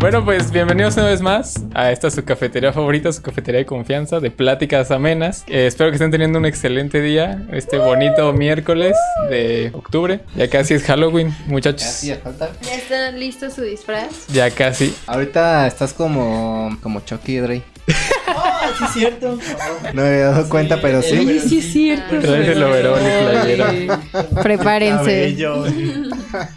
Bueno, pues bienvenidos una vez más a esta su cafetería favorita, su cafetería de confianza de pláticas amenas. Eh, espero que estén teniendo un excelente día, este bonito miércoles de octubre. Ya casi es Halloween, muchachos. Casi ya falta. ¿Ya está listo su disfraz? Ya casi. Ahorita estás como, como Chucky, Dre. Sí, es cierto. No me había dado cuenta, pero sí. Oye, sí es Ah, cierto. Traes el overol y playera. Prepárense. Cabello.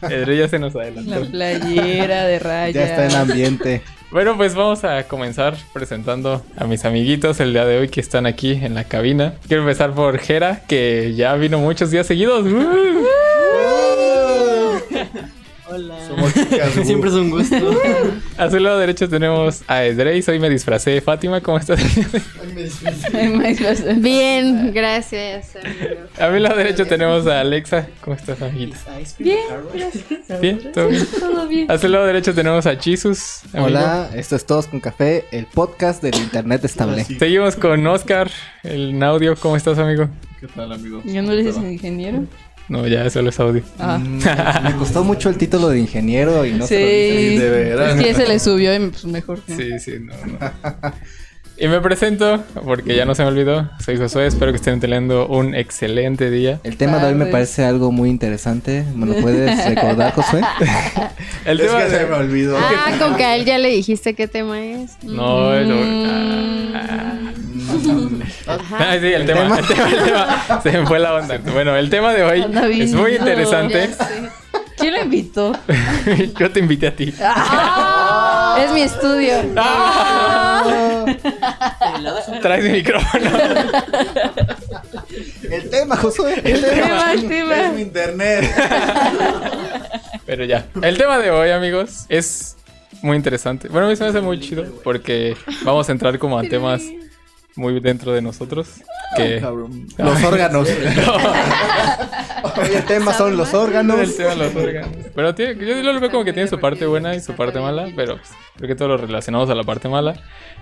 Pedro ya se nos La adelantó. playera de raya. Ya está en ambiente. Bueno, pues vamos a comenzar presentando a mis amiguitos el día de hoy que están aquí en la cabina. Quiero empezar por Jera, que ya vino muchos días seguidos. ¡Uh! Hola. Somos chicas, uh. Siempre es un gusto. A su lado derecho tenemos a Edreis. Hoy me disfracé de Fátima. ¿Cómo estás? Ay, maestros. Bien, gracias, amigo. a mi lado derecho tenemos a Alexa. ¿Cómo estás, amiguita? Bien, Bien, todo bien. Todo bien. A su lado derecho tenemos a Chisus. amigo. Hola, esto es Todos con Café, el podcast del internet estable. Seguimos con Oscar, el audio. ¿Cómo estás, amigo? ¿Qué tal, amigo? ¿Ya no le dices ingeniero? No, ya solo es audio. Ah. Mm, Me costó mucho el título de ingeniero y no sí. se lo dije. de veras. Es que se le subió y pues mejor. ¿no? Sí, sí, no, no. Y me presento, porque ya no se me olvidó. Soy Josué, espero que estén teniendo un excelente día. El tema de hoy me Padres. parece algo muy interesante. ¿Me lo puedes recordar, Josué? El tema de- olvidó. Ah, con que a él ya le dijiste qué tema es. No, el... Mm, Ah, sí, el tema, el tema, el tema. Se me fue la onda. Bueno, el tema de hoy Anda bien. es muy interesante. ¿Quién lo invitó? Yo te invité a ti. Es mi estudio. Ah. Traes mi micrófono. El tema, Josué. El Tema, tema. internet. Pero ya. El tema de hoy, amigos, es muy interesante. Bueno, a mí se me hace muy chido porque vamos a entrar como a temas muy dentro de nosotros. Ah, Que Los órganos. Hoy el tema son los órganos. El tema de los órganos. Pero tiene, yo lo veo como que tiene su parte buena y su parte mala, pero pues, creo que todo lo relacionamos a la parte mala.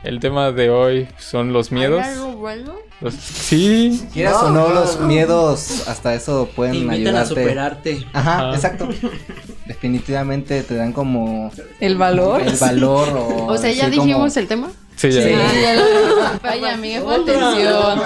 El tema de hoy son los miedos. ¿Algo bueno? Los, sí, Quieras o no, los miedos hasta eso Te pueden invitan ayudarte. a superarte. Ajá, Ah. exacto. Definitivamente te dan como El valor. el valor o. O sea, ya decir como- dijimos el tema. sí, ya. Sí, ya lo- Vaya, amiga, pon atención.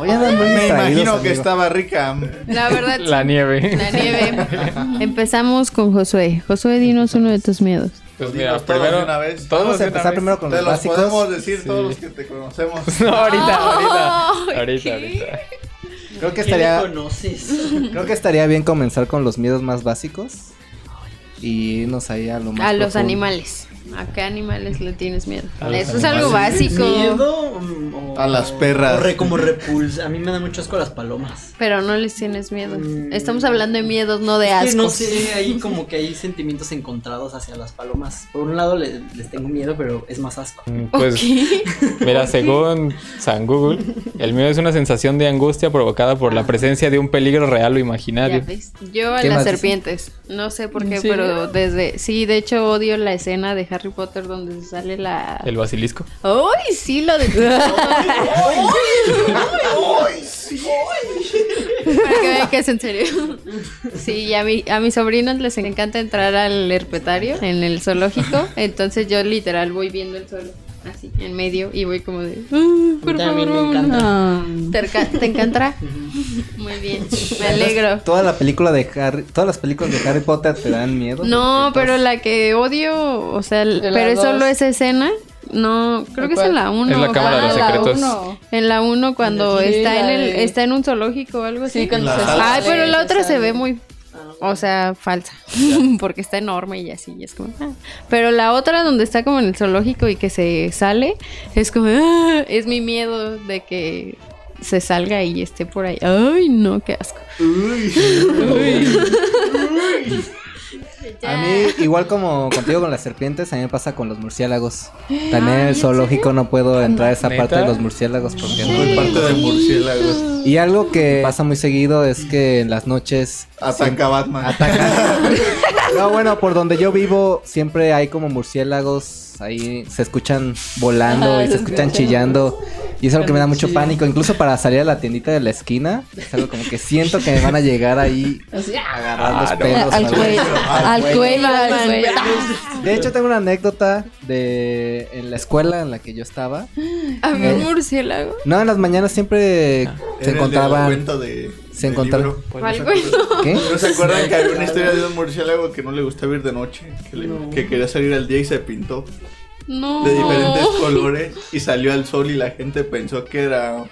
Hoy andan muy Me distraídos, imagino que amigo. estaba rica. La verdad, La nieve. la nieve. Empezamos con Josué. Josué, dinos uno de tus miedos. Pues mira, Todos de primero. una vez. todos Vamos de a una empezar vez. primero con Te los los podemos básicos. decir Sí. todos los que te conocemos. Pues No, ahorita, ahorita. Ay, Ahorita, ¿qué? ahorita. Creo que ¿Qué me estaría, conoces? creo que estaría bien comenzar con los miedos más básicos. Y irnos ahí a lo más. A los profundo. animales. ¿A qué animales le tienes miedo? A los Eso es algo básico. ¿Miedo? mm, o- A las perras. o re- como repulsa. A mí me da mucho asco las palomas. Pero no les tienes miedo. Mm. Estamos hablando de miedos, no de Es que no ascos. sé, ahí como que hay sentimientos encontrados hacia las palomas. Por un lado le- les tengo miedo, pero es más asco. Pues Ok. Mira, según San Google, el miedo es una sensación de angustia provocada por la presencia de un peligro real o Ah. Ya imaginario. ves. Yo a ¿Qué las más dice? serpientes. No sé por ¿En qué, serio? pero desde. Sí, de hecho odio la escena de Harry Potter donde se sale la. El basilisco. ¡Ay, sí, lo de. Para que vean que es en serio. Sí, y a, mi, a mis sobrinos les encanta entrar al herpetario, en el zoológico. Entonces yo literal voy viendo el suelo, así, en medio, y voy como de. "Ah, por También favor, me encanta. Ah. ¿Te, arca- te encantará? Muy bien, me alegro. Toda la película de Harry, todas las películas de Harry Potter te dan miedo. No, porque pero todas- la que odio, o sea, el- De la pero es dos. solo esa escena. No, creo que es en la 1. Es la Cámara de los Ah, la Secretos. uno. En la 1 cuando Sí, está en la el de- está en un zoológico o algo así. Sí, cuando se sale, Ay, pero la se otra se sale. Ah, ve muy o sea, falsa, porque está enorme y así, y es como, ah. pero la otra donde está como en el zoológico y que se sale, es como, ah, es mi miedo de que se salga y esté por ahí. Ay, no, qué asco. A mí, igual como contigo con las serpientes, a mí me pasa con los murciélagos. También en el zoológico no puedo entrar a esa ¿Neta? parte de los murciélagos porque no Soy parte de murciélagos. Y algo que pasa muy seguido es que en las noches Ataca a Batman. atacan. No, bueno, por donde yo vivo siempre hay como murciélagos ahí se escuchan volando Ah, y se se escuchan escuchan. chillando. Y es algo que me da mucho Chillan. pánico, incluso para salir a la tiendita de la esquina, es algo como que siento que me van a llegar ahí a agarrar los pelos. Al ¿no? cuello. Al cuello, al Batman. cuello. De hecho, tengo una anécdota de en la escuela en la que yo estaba. Había un Eh. murciélago. No, en las mañanas siempre se encontraban. se encontraban- pues, ¿Cuál, güey? ¿Qué? ¿No se acuerdan que había una historia de un murciélago que no le gustaba ir de noche? Que, le- que quería salir al día y se pintó No. de diferentes colores y salió al sol y la gente pensó que era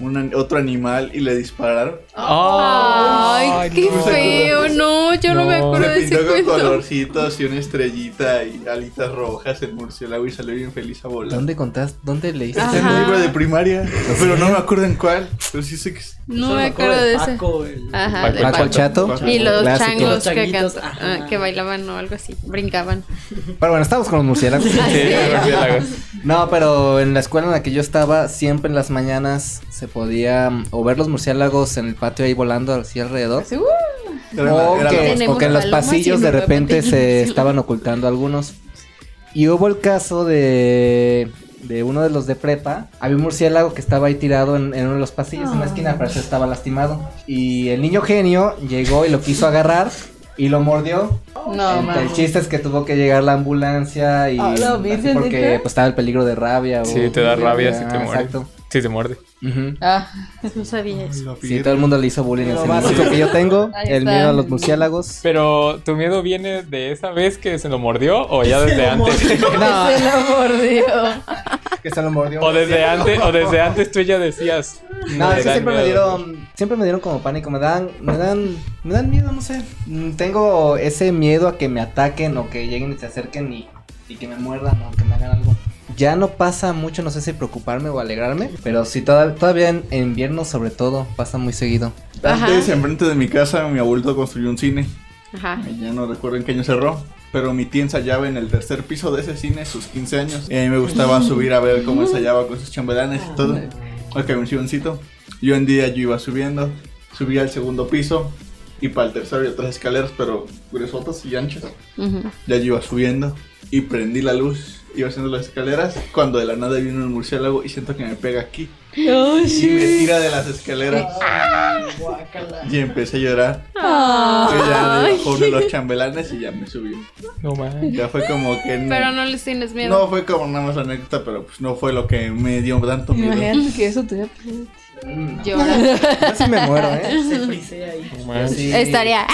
un an- otro animal y le dispararon. Ay, qué no. feo. No, yo no, me No. acuerdo de Se ese pintó con cuento. colorcitos y una estrellita y alitas rojas el murciélago y salió bien feliz a volar. ¿Dónde contás? ¿Dónde leíste? Está en Ajá. un libro de primaria, pero no me acuerdo en cuál. Pero sí sé que No me acuerdo de Ah. ese. Paco, el- Ajá, Paco de el Paco el Chato. Paco. Y los Clásico. changos Los que, changuitos, cantan- ajá. ah, que bailaban o algo así, brincaban. Pero bueno, estamos con los murciélagos. Ah, Sí, murciélagos. No, pero en la escuela en la que yo estaba, siempre en las mañanas se podía mm, o ver los murciélagos en el patio ahí volando así alrededor. Así, ¡uh! era, o, era que, Tenemos o que en los palomas pasillos y de de repente repente se murciélagos. estaban ocultando algunos. Y hubo el caso de, de uno de los de prepa. Había un murciélago que estaba ahí tirado en, en uno de los pasillos, en la esquina, pero se estaba lastimado. Y el niño genio llegó y lo quiso agarrar y lo mordió. No, el, el Ah, mames. chiste es que tuvo que llegar la ambulancia y Ah, la así virgen, porque ¿neta? pues, estaba el peligro de rabia. o- Sí, te da rabia si te Ah, muerde. Exacto. Si te muerde. Ujú. Ah, No sabía eso. la Sí, fiera. todo el mundo le hizo bullying. Lo Es el básico. único que yo tengo, Ahí el está. miedo a los murciélagos. Pero, ¿tu miedo viene de esa vez que se lo mordió o ya desde antes? No, se lo mordió. que se lo mordió. O desde antes, o desde antes tú ya decías. No, es que dan siempre me miedo. pues. dieron, siempre me dieron como pánico, me dan, me dan, me dan miedo, no sé. Mm, Tengo ese miedo a que me ataquen o que lleguen y se acerquen y, y que me muerdan o que me hagan algo. Ya no pasa mucho, no sé si preocuparme o alegrarme, pero sí toda- todavía en, en invierno sobre todo pasa muy seguido. Antes, Ajá. enfrente de mi casa, mi abuelo construyó un cine. Ajá. Y Ya no recuerdo en qué año cerró. Pero mi tía ensayaba en el tercer piso de ese cine sus 15 años. Y a mí me gustaba subir a ver cómo ensayaba con sus chambelanes y todo. Al camioncito. Y un día yo iba subiendo. Subía al segundo piso. Y para el tercero había otras escaleras, pero gruesotas y anchas. ujú. Ya yo iba subiendo. Y prendí la luz. Iba haciendo las escaleras. Cuando de la nada viene un murciélago y siento que me pega aquí. Y me tira de las escaleras. Y empecé a llorar. Y ya me bajó uno de los chambelanes y ya me subió. No man. Ya fue como que no. Pero no les tienes no miedo. fue como nada más anécdota, pero pues no fue lo que me dio tanto miedo. Imagínate que eso te hubiera pasado. Llora. Casi me muero, ¿eh? Se frisea ahí. no man. Sí, Estaría. ¡ah!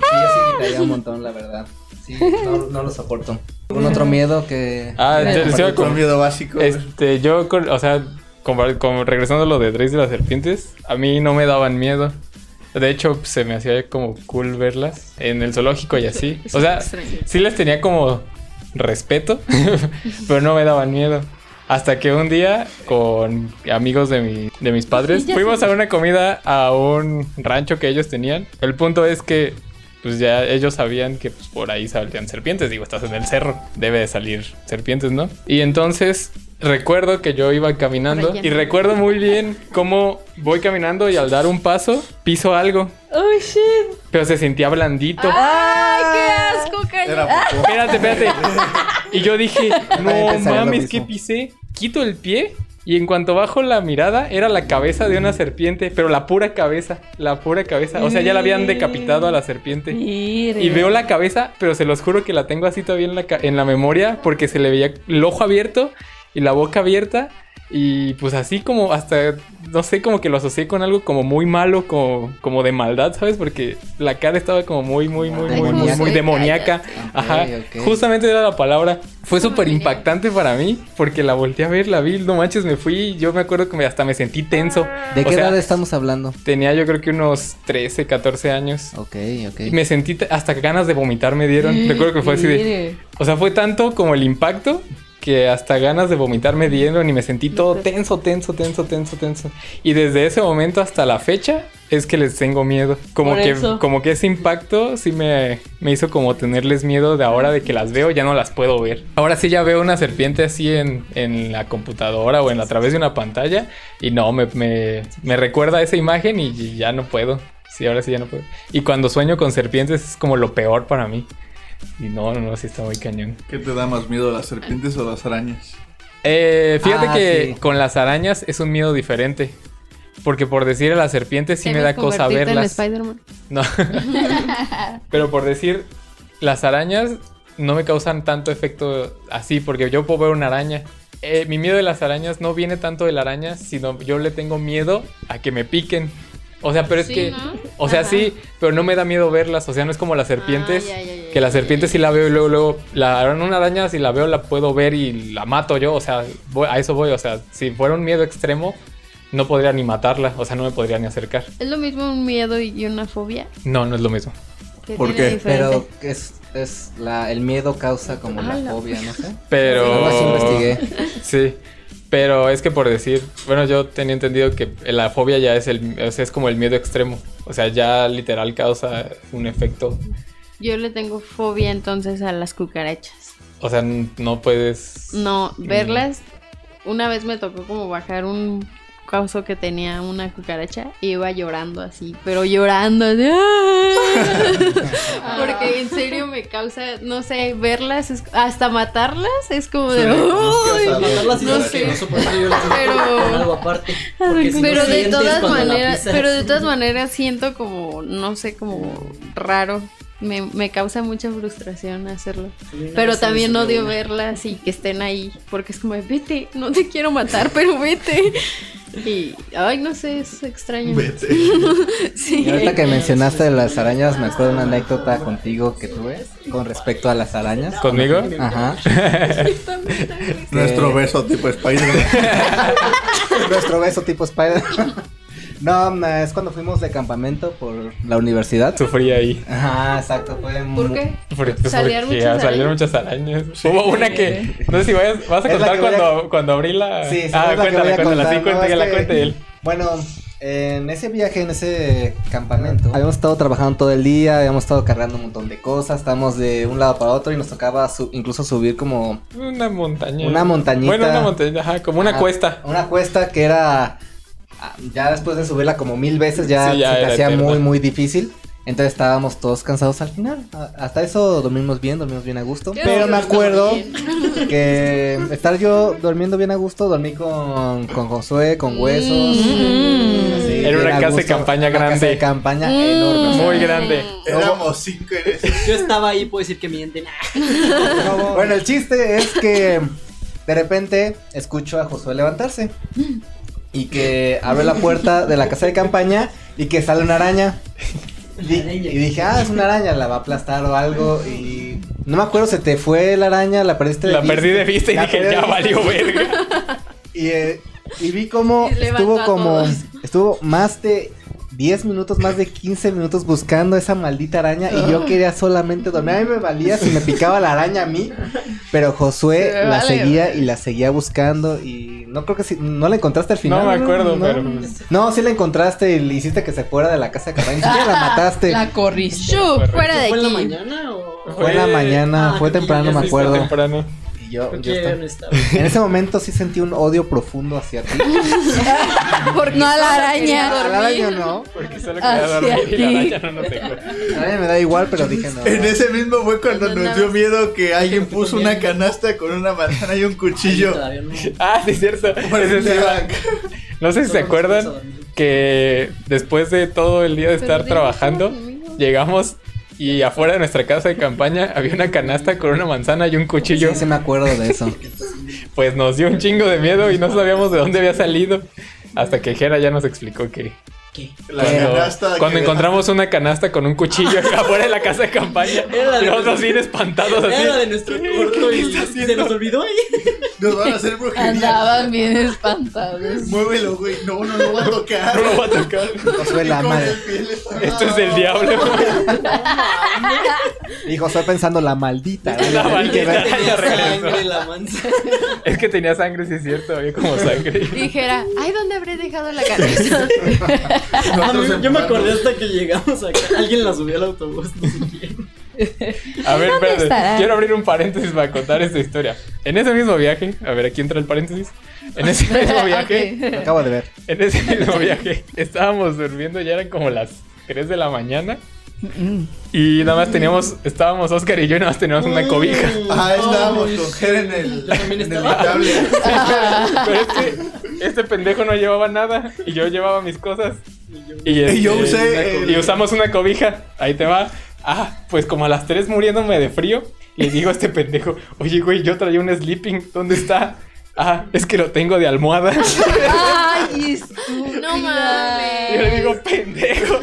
Sí, yo sí gritaría un montón, la verdad. Sí, no, no lo soporto. ¿Algún otro miedo que...? Ah, que te- hayan te iba a compartido? Con miedo básico. Este, yo, con- o sea, como, como regresando a lo de Drace de las serpientes, a mí no me daban miedo. De hecho, se me hacía como cool verlas en el zoológico y así. O sea, Extraño. sí les tenía como respeto, pero no me daban miedo. Hasta que un día, con amigos de, mi- de mis padres, fuimos a una comida a un rancho que ellos tenían. El punto es que, pues ya ellos sabían que pues, por ahí salían serpientes. Digo, estás en el cerro, debe de salir serpientes, ¿no? Y entonces recuerdo que yo iba caminando y Relleno. recuerdo muy bien cómo voy caminando y al dar un paso piso algo, Oh shit. pero se sentía blandito. Ay, ¡Qué asco, Era calla! popó. Espérate, espérate. Y yo dije, no pensaría lo mames, mismo. ¿qué pisé? Quito el pie y en cuanto bajo la mirada era la cabeza de una serpiente, pero la pura cabeza, la pura cabeza. O sea, ya la habían decapitado a la serpiente. Mire. Y veo la cabeza, pero se los juro que la tengo así todavía en la, ca- en la memoria porque se le veía el ojo abierto y la boca abierta. Y pues así como hasta, no sé, como que lo asocié con algo como muy malo, como, como de maldad, ¿sabes? Porque la cara estaba como muy, muy, muy, muy, muy, muy Demoníaca. demoníaca. Ajá, ok. Ah, justamente era la palabra. Fue súper impactante para mí porque la volteé a ver, la vi, no manches, me fui. Yo me acuerdo que me- hasta me sentí tenso. ¿De O qué sea, edad estamos hablando? Tenía yo creo que unos 13, 14 años. Ok, ok. Y me sentí t- hasta ganas de vomitar me dieron. Recuerdo que fue así de. O sea, fue tanto como el impacto que hasta ganas de vomitar me dieron y me sentí todo tenso, tenso, tenso, tenso, tenso. Y desde ese momento hasta la fecha es que les tengo miedo. Como Por que eso. como que ese impacto sí me, me hizo como tenerles miedo de ahora de que las veo, ya no las puedo ver. Ahora sí ya veo una serpiente así en, en la computadora o en la, a través de una pantalla y no, me, me, me recuerda a esa imagen y, y ya no puedo. Sí, ahora sí ya no puedo. Y cuando sueño con serpientes es como lo peor para mí. Y no, no, no, sí está muy cañón. ¿Qué te da más miedo, las serpientes o las arañas? Eh, fíjate Ah, que sí. con las arañas es un miedo diferente. Porque por decir a las serpientes sí me da cosa Convertirte en verlas. Spider-Man. No. Pero por decir, las arañas no me causan tanto efecto así, porque yo puedo ver una araña. Eh, mi miedo de las arañas no viene tanto de la araña, sino yo le tengo miedo a que me piquen. O sea, pero es Sí, que. ¿no? O sea, Ajá. Ah, sí, pero no me da miedo verlas. O sea, no es como las serpientes. ya, ya, ya, que las ya, serpientes ya, sí la veo y luego, luego. La, una araña, si la veo, la puedo ver y la mato yo. O sea, voy- a eso voy. O sea, si fuera un miedo extremo, no podría ni matarla. O sea, no me podría ni acercar. Es lo mismo un miedo y una fobia. No, no es lo mismo. que ¿Por tiene qué? diferente. Pero es, es la, el miedo causa como Ah, la la- fobia, no sé. Pero. Algo así investigué. Sí. Pero es que por decir, bueno, yo tenía entendido que la fobia ya es el, o sea, es como el miedo extremo. O sea, ya literal causa un efecto. Yo le tengo fobia entonces a las cucarachas. O sea, n- no puedes. No, verlas. Una vez me tocó como bajar un causo que tenía una cucaracha y iba llorando así, pero llorando así, ¡ah! Porque en serio me causa, no sé, verlas, es- hasta matarlas es como de... ¡ay! Matarlas y No no sé. que no soporto yo las Pero- mato con algo aparte. porque si no pero de sientes todas cuando la maneras, pisas. pero de todas maneras siento como, no sé, como raro. Me, me causa mucha frustración hacerlo. Una vez Pero se me también subió odio una. verlas y que estén ahí. Porque es como, de, vete, no te quiero matar, pero vete. Y, ay, no sé, es extraño. Vete. Sí. Y ahorita que mencionaste de las arañas, me acuerdo de una anécdota contigo que tuve con respecto a las arañas. ¿Conmigo? Ajá. Eh. Nuestro beso tipo Spider-Man. Nuestro beso tipo Spider. No, no, es cuando fuimos de campamento por la universidad. Sufrí ahí. Ajá, exacto. Fue ¿Por mu- qué? Por- pues, Salían porque muchas salieron muchas arañas. Hubo una que. No sé si vayas, vas a Es la contar que voy a- cuando, cuando abrí la. Sí, sí, ah, es la que voy cuéntala, a cuéntala. Sí, contar, ¿no? cuéntala, Es que- cuéntala él. Bueno, en ese viaje, en ese campamento, habíamos estado trabajando todo el día, habíamos estado cargando un montón de cosas, estábamos de un lado para otro y nos tocaba su- incluso subir como Una montaña. Una montañita. Ah. Bueno, una montaña, ajá, como una Ajá, cuesta. Una cuesta que era. ah, Ya después de subirla como mil veces, ya, Sí, ya se te era hacía eterna. muy, muy difícil. Entonces estábamos todos cansados al final. A- Hasta eso dormimos bien, dormimos bien a gusto. Qué Pero me bueno, acuerdo bien. que estar yo durmiendo bien a gusto, dormí con, con Josué, con huesos. Mm. así, Era bien una a casa de gusto, campaña una Casa de grande. campaña Mm. enorme. Muy grande. Éramos cinco en ese. Yo estaba ahí, puedo decir que Ah, mienten. Bueno, el chiste es que de repente escucho a Josué levantarse y que abre la puerta de la casa de campaña y que sale una araña. Di- Y dije, ah, es una araña, la va a aplastar o algo. Y no me acuerdo, se te fue la araña, la perdiste de La vista. perdí de vista y La dije, perdí de ya vista. valió verga. Y, eh, y vi cómo Y levantó estuvo a como, todos. estuvo más de 10 minutos, más de 15 minutos buscando esa maldita araña. Y yo quería solamente dormir. A mí me valía si me picaba la araña a mí. Pero Josué Se me la vale, seguía güey. y la seguía buscando. Y no creo que si, no la encontraste al final. No me acuerdo, pero- No, sí la encontraste y le hiciste que se fuera de la casa de campaña. Ni siquiera la mataste. La corriste. Shoo, fuera de ¿Fue en la aquí. mañana o...? Fue en la Fue- mañana, Ah, fue temprano, ya me Sí, acuerdo. está temprano. Y yo, Porque yo ya estaba- no estaba. En ese momento sí sentí un odio profundo hacia ti. No a la araña. A la araña no. Porque solo quería dormir y la araña no nos dejó. A mí me da igual, pero dije no. En ese mismo fue cuando Cuando nos dio andabas- miedo que alguien puso una canasta con una manzana y un cuchillo. Todavía no. Ah, sí, es cierto. Ese sí va. No sé si se Solo nos fuimos a acuerdan dormir. que después de todo el día de estar trabajando, llegamos y afuera de nuestra casa de campaña había una canasta con una manzana y un cuchillo. Sí, sí me acuerdo de eso. Pues nos dio un chingo de miedo y no sabíamos de dónde había salido. Hasta que Jera ya nos explicó que ¿Qué? La cuando, canasta que- cuando encontramos una canasta con un cuchillo afuera de la casa de campaña, Era la de- nosotros bien espantados así. Era lo de nuestro corto y se nos olvidó ahí. Nos van a hacer brujería. Andaban bien espantados. Muévelo, güey. No, no lo va a tocar. No lo va a tocar. Josué la Con madre. el pie le está- Esto es del diablo. Y Josué pensando la maldita. ¿no? La maldita araña Sangre, regresó. la manzana. Es que tenía sangre, sí es cierto, había como sangre. Dijera, ay, ¿dónde habré dejado la cabeza? A mí- Nosotros yo me empujando. acordé hasta que llegamos acá. Alguien la subió al autobús, ni siquiera. A ver, ¿Dónde espérate, estará? quiero abrir un paréntesis para contar esta historia. En ese mismo viaje, a ver, aquí entra el paréntesis. En ese mismo viaje, Ok. Lo acabo de ver. en ese mismo viaje, estábamos durmiendo, ya eran como las 3 de la mañana. Mm. Y nada más teníamos, estábamos Oscar y yo y nada más teníamos una cobija. Ah, estábamos con Ger en el. Yo también en el estaba. tablet. Pero es que este pendejo no llevaba nada y yo llevaba mis cosas. Y, este, Y yo usé una co- el- y usamos una cobija. Ahí te va. Ah, pues como a las 3 muriéndome de frío. Le digo a este pendejo, oye, güey, yo traía un sleeping, ¿dónde está? Ah, es que lo tengo de almohada. Ay, estúpida. No Y yo le mames. digo, pendejo,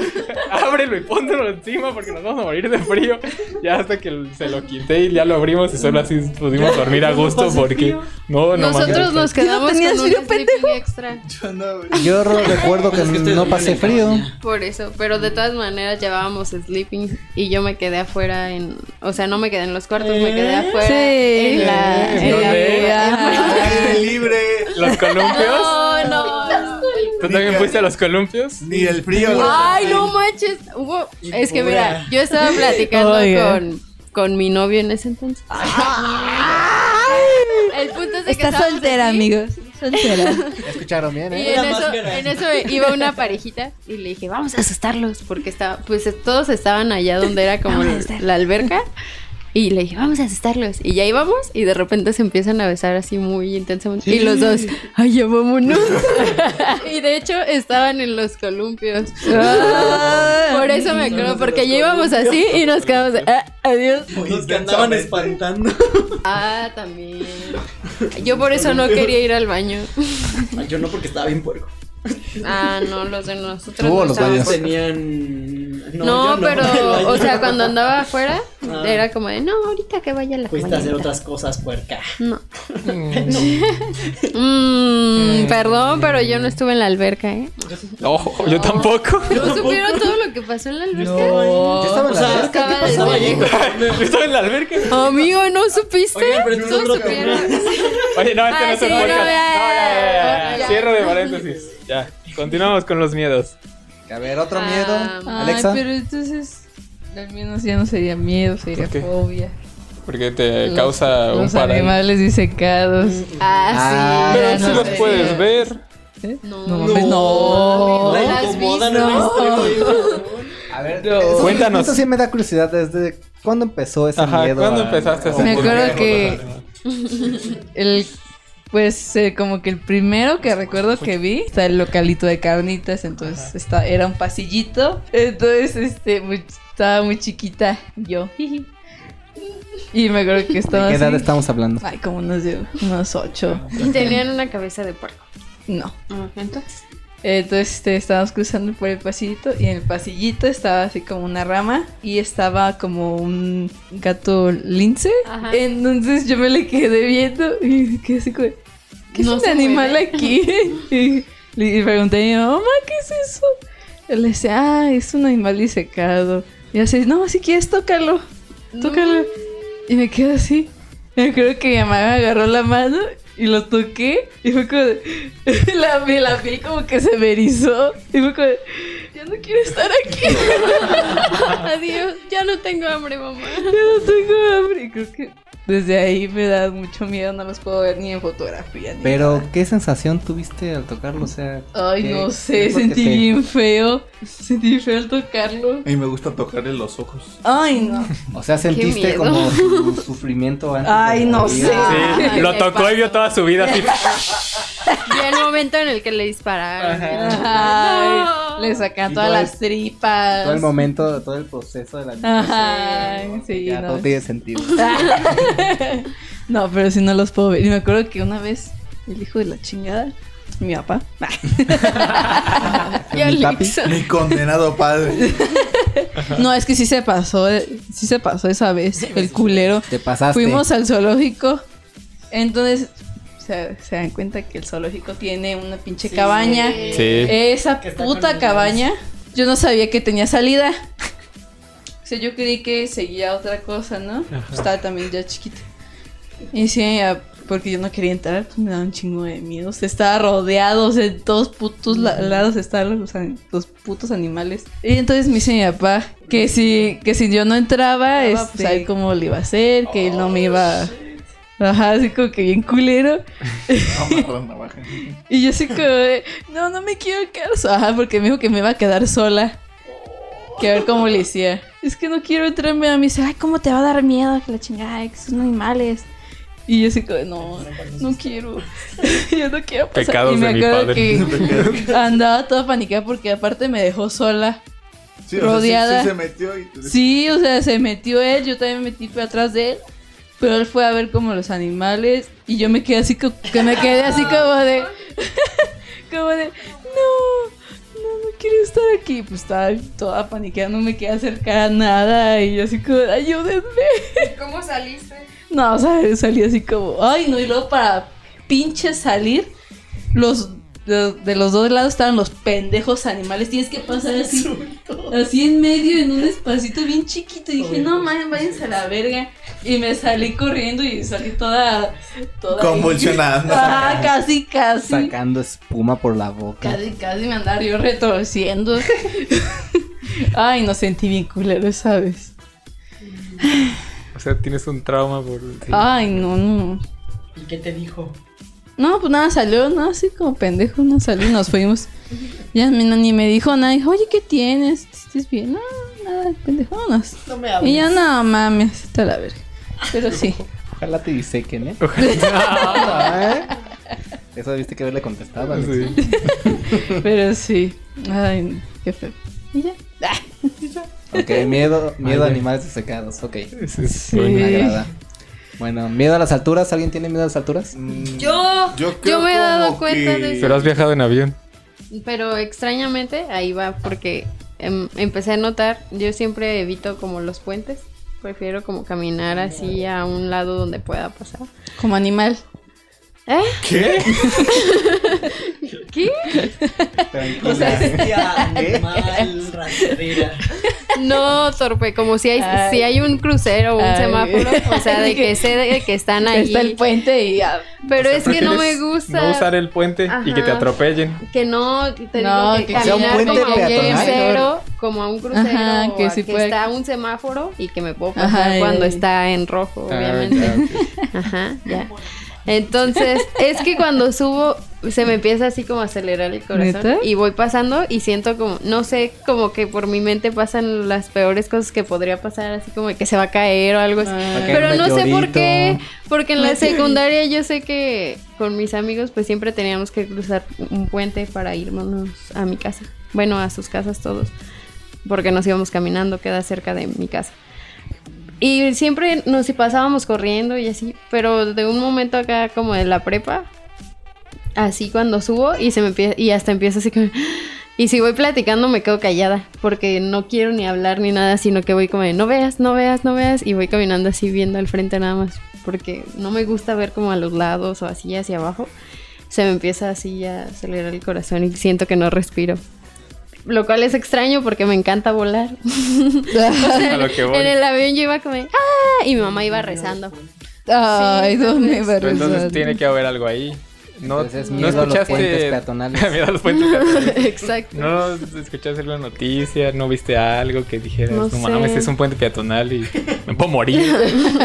ábrelo y póntelo encima porque nos vamos a morir de frío. Ya hasta que se lo quité y ya lo abrimos y solo así pudimos dormir a gusto porque... No, no Nosotros mames. nos quedamos tenías con un frío, sleeping extra. Yo no, güey. Yo ro- recuerdo que, Pues es que ustedes no viven pasé en frío. California. Por eso, pero de todas maneras llevábamos sleeping y yo me quedé afuera en, o sea, no me quedé en los cuartos, me quedé afuera Sí. en la, Eh, en la ¿dónde? vida. ¡Aire libre! ¿Los columpios? No, no. ¿Tú también fuiste a los columpios? Ni el frío, güey. Ay, no manches. Hubo, Y es que pura. mira, yo estaba platicando Oiga. con, con mi novio en ese entonces. El punto es de que Está estábamos soltera, así. amigos. Soltera. Escucharon bien, Y ¿eh? en Una eso, máscara. en eso iba una parejita y le dije, vamos a asustarlos, porque estaba, pues todos estaban allá donde era como Vamos a la, asustar. la alberca. Y le dije, vamos a asustarlos. Y ya íbamos y de repente se empiezan a besar así muy intensamente. Y los dos, ay, ya vámonos. y de hecho estaban en los columpios. Por eso me acuerdo, porque ya íbamos así y nos quedamos, de, "Ah, adiós. Los que andaban Intensamente. espantando. Ah, también. Yo por eso no quería ir al baño. Ay, Yo no, porque estaba bien puerco. Ah, no, los de nosotros. Tú o no los estaban baños. Tenían. No, yo pero, o sea, cuando andaba afuera, Ah. era como de, no, ahorita que vaya a la Fuiste a hacer cabañita". otras cosas puerca. No. Mm, perdón, pero yo no estuve en la alberca, ¿eh? No, yo tampoco. ¿No supieron todo lo que pasó en la alberca? No. Yo estaba en la O sea, ¿qué alberca, acaba de pasaba ahí? decir. Estaba en la alberca. Amigo, ¿no supiste? Oigan, pero este es Todos otro supieron. Oye, no, este Ay, no es sí, el no, podcast. No, ya, ya, ya, ya. ya. Cierre de paréntesis. Ya. Continuamos con los miedos. A ver, otro Ah, miedo. ay, Alexa. Ay, pero entonces al menos ya no sería miedo, sería ¿Por qué? fobia. Porque te Los- causa un Los parámetro. animales disecados. Ah, sí. Pero Ah, sí no los sé. puedes ver. ¿Eh? No. no, mames, no. La No las incomodan viste. en un extremo. A ver, No. eso- Cuéntanos. Eso sí me da curiosidad. ¿Desde cuándo empezó ese Ajá, miedo? ¿cuándo a- empezaste a o sentir Me por qué? acuerdo que el pues eh, como que el primero que recuerdo que vi está el localito de carnitas, entonces está, era un pasillito, entonces este muy- estaba muy chiquita yo. Y me acuerdo que estaba ¿De qué edad así, estamos hablando? Ay, como unos de unos ocho. Y tenían una cabeza de puerco. No. Ah, Entonces. Entonces este, estábamos cruzando por el pasillito y en el pasillito estaba así como una rama y estaba como un gato lince. Ajá. Entonces yo me le quedé viendo y quedé así como, ¿qué es No un se animal mueve. aquí? Y le y pregunté a mi mamá, ¿qué es eso? Él le dice, ah, es un animal disecado. Y así, no, si quieres, tócalo, tócalo. Y me quedo así. Yo creo que mi mamá me agarró la mano y lo toqué. Y fue como. de- La, piel- la piel como que se me erizó. Y fue como. de, Ya no quiero estar aquí. Adiós, ya no tengo hambre, mamá. Ya no tengo hambre. Y creo que desde ahí me da mucho miedo. No los puedo ver ni en fotografía. Ni Pero, ¿qué sensación tuviste al tocarlo? O sea, Ay, ¿qué- no qué sé. es lo que Sentí te- bien feo. Sentí bien feo al tocarlo. A mí me gusta tocarle los ojos. Ay, no. O sea, sentiste miedo. como su sufrimiento antes. de Ay, no morir? sé. Sí, Ay, lo qué tocó y vio toda su vida así. Y el momento en el que le dispararon. Ay, le sacan Y todas todo el- las tripas. Todo el momento, todo el proceso de la Ajá, Ah, sí, ya, no. todo tiene sentido. No, pero si no los puedo ver. Y me acuerdo que una vez el hijo de la chingada, mi papá, Y Alexa. Mi condenado padre. no, es que sí se pasó, eh, sí se pasó esa vez, el culero. Te pasaste. Fuimos al zoológico. Entonces, se, se dan cuenta que el zoológico tiene una pinche cabaña. Sí. Esa Que está puta con cabaña, yo no sabía que tenía salida. O sea, yo creí que seguía otra cosa, ¿no? Estaba también ya chiquita. Y sí, ah, porque yo no quería entrar, pues me daba un chingo de miedo. O sea, estaba rodeado, o sea, en todos putos la- lados estaban los, an- los putos animales. Y entonces me dice mi papá que si, que si yo no entraba, Ah, este, pues, Oh, a él sí. cómo le iba a hacer, que él no me iba... a- Ajá, así como que bien culero. Amarra navaja. Y yo así como de, no, no me quiero quedar sola, Ajá, porque me dijo que me iba a quedar sola. Que a ver cómo le decía. Es que no quiero entrarme a mí. Dice, ay, ¿cómo te va a dar miedo? Que la chingada, que son animales. Y yo así como, de, no, no quiero. yo no quiero pasar. Pecados y me de mi acuerdo padre. que andaba toda paniqueada porque aparte me dejó sola. Sí, o sea, sí- Rodeada. sí se metió y te- Sí, o sea, se metió él, yo también me metí atrás de él. Pero él fue a ver como los animales y yo me quedé así como, que me quedé así como de, como de, no, no, no quiero estar aquí. Pues estaba toda paniqueada, no me quedé acercada a nada y yo así como, de, ayúdenme. ¿Cómo saliste? No, o sea, salí así como, ay, no, y luego para pinche salir, los de, de los dos lados estaban los pendejos animales, tienes que pasar así, así en medio, en un espacito bien chiquito, y dije, no mames, váyanse a la verga, y me salí corriendo y salí toda, toda Convulsionando. Ah, casi, casi. Sacando espuma por la boca. Casi, casi me andaba yo retorciendo. Ay, no sentí bien culero, ¿sabes? O sea, tienes un trauma por. Ay, no, no. ¿Y qué te dijo? No, pues nada, salió, no, así como pendejo, no salió, nos fuimos. Ya mi nani me dijo nada, dijo, oye, ¿qué tienes? ¿Estás bien? No, nada, pendejonas. No me Y ya no mames, está la verga. Pero sí. Ojalá te disequen, ¿eh? Eso viste que haberle contestado. Alex. Sí. Pero sí. Ay, no, qué feo. Y ya. Ok, miedo, miedo a güey. animales desecados. Ok, Es- es- Sí. bueno. me agrada. Bueno, miedo a las alturas. ¿Alguien tiene miedo a las alturas? Yo, yo, Mm, creo me he dado como cuenta que- de eso. Pero has viajado en avión. Pero extrañamente ahí va porque em, empecé a notar, yo siempre evito como los puentes, prefiero como caminar así a un lado donde pueda pasar. Como animal. ¿Eh? ¿Qué? ¿Qué? O sea, bestia animal, rastrera. No, torpe, como si hay Ay. si hay un crucero o un Ay. semáforo, o sea, de que sé de que están ahí. Está el puente y ya. Pero O sea, es que no me prefieres gusta No usar el puente y que te Ajá. atropellen. que no te No, digo que, que sea un caminar puente como a un peatonal. crucero, como a un crucero, Ajá, o que a sí que puede- está un semáforo y que me puedo pasar Ajá, cuando ey. está en rojo, Ah, obviamente. ya, ok. Ajá, ya. Entonces, es que cuando subo se me empieza así como a acelerar el corazón ¿Neta? y voy pasando y siento como, no sé, como que por mi mente pasan las peores cosas que podría pasar, así como que se va a caer o algo así. Ah. Ok, Pero no sé por meteorito. qué, porque en la Meteorito. secundaria yo sé que con mis amigos pues siempre teníamos que cruzar un puente para irnos a mi casa. Bueno, a sus casas todos, porque nos íbamos caminando, queda cerca de mi casa. Y siempre nos pasábamos corriendo y así, pero de un momento acá como de la prepa, así cuando subo y se me empie- y hasta empiezo así como y si voy platicando me quedo callada porque no quiero ni hablar ni nada, sino que voy como de no veas, no veas, no veas y voy caminando así viendo al frente nada más porque no me gusta ver como a los lados o así hacia abajo. Se me empieza así a acelerar el corazón y siento que no respiro. Lo cual es extraño porque me encanta volar. A lo que voy. En el avión yo iba como de, ¡ah! Y mi mamá iba rezando. Ay, ¿dónde va a Pero entonces rezar? tiene que haber algo ahí. No, Entonces, no miedo a los puentes escuchaste. peatonales. Miedo a los puentes peatonales. Exacto. No escuchaste alguna noticia, no viste algo que dijeras, No no, mames, sé". es un puente peatonal y me puedo morir.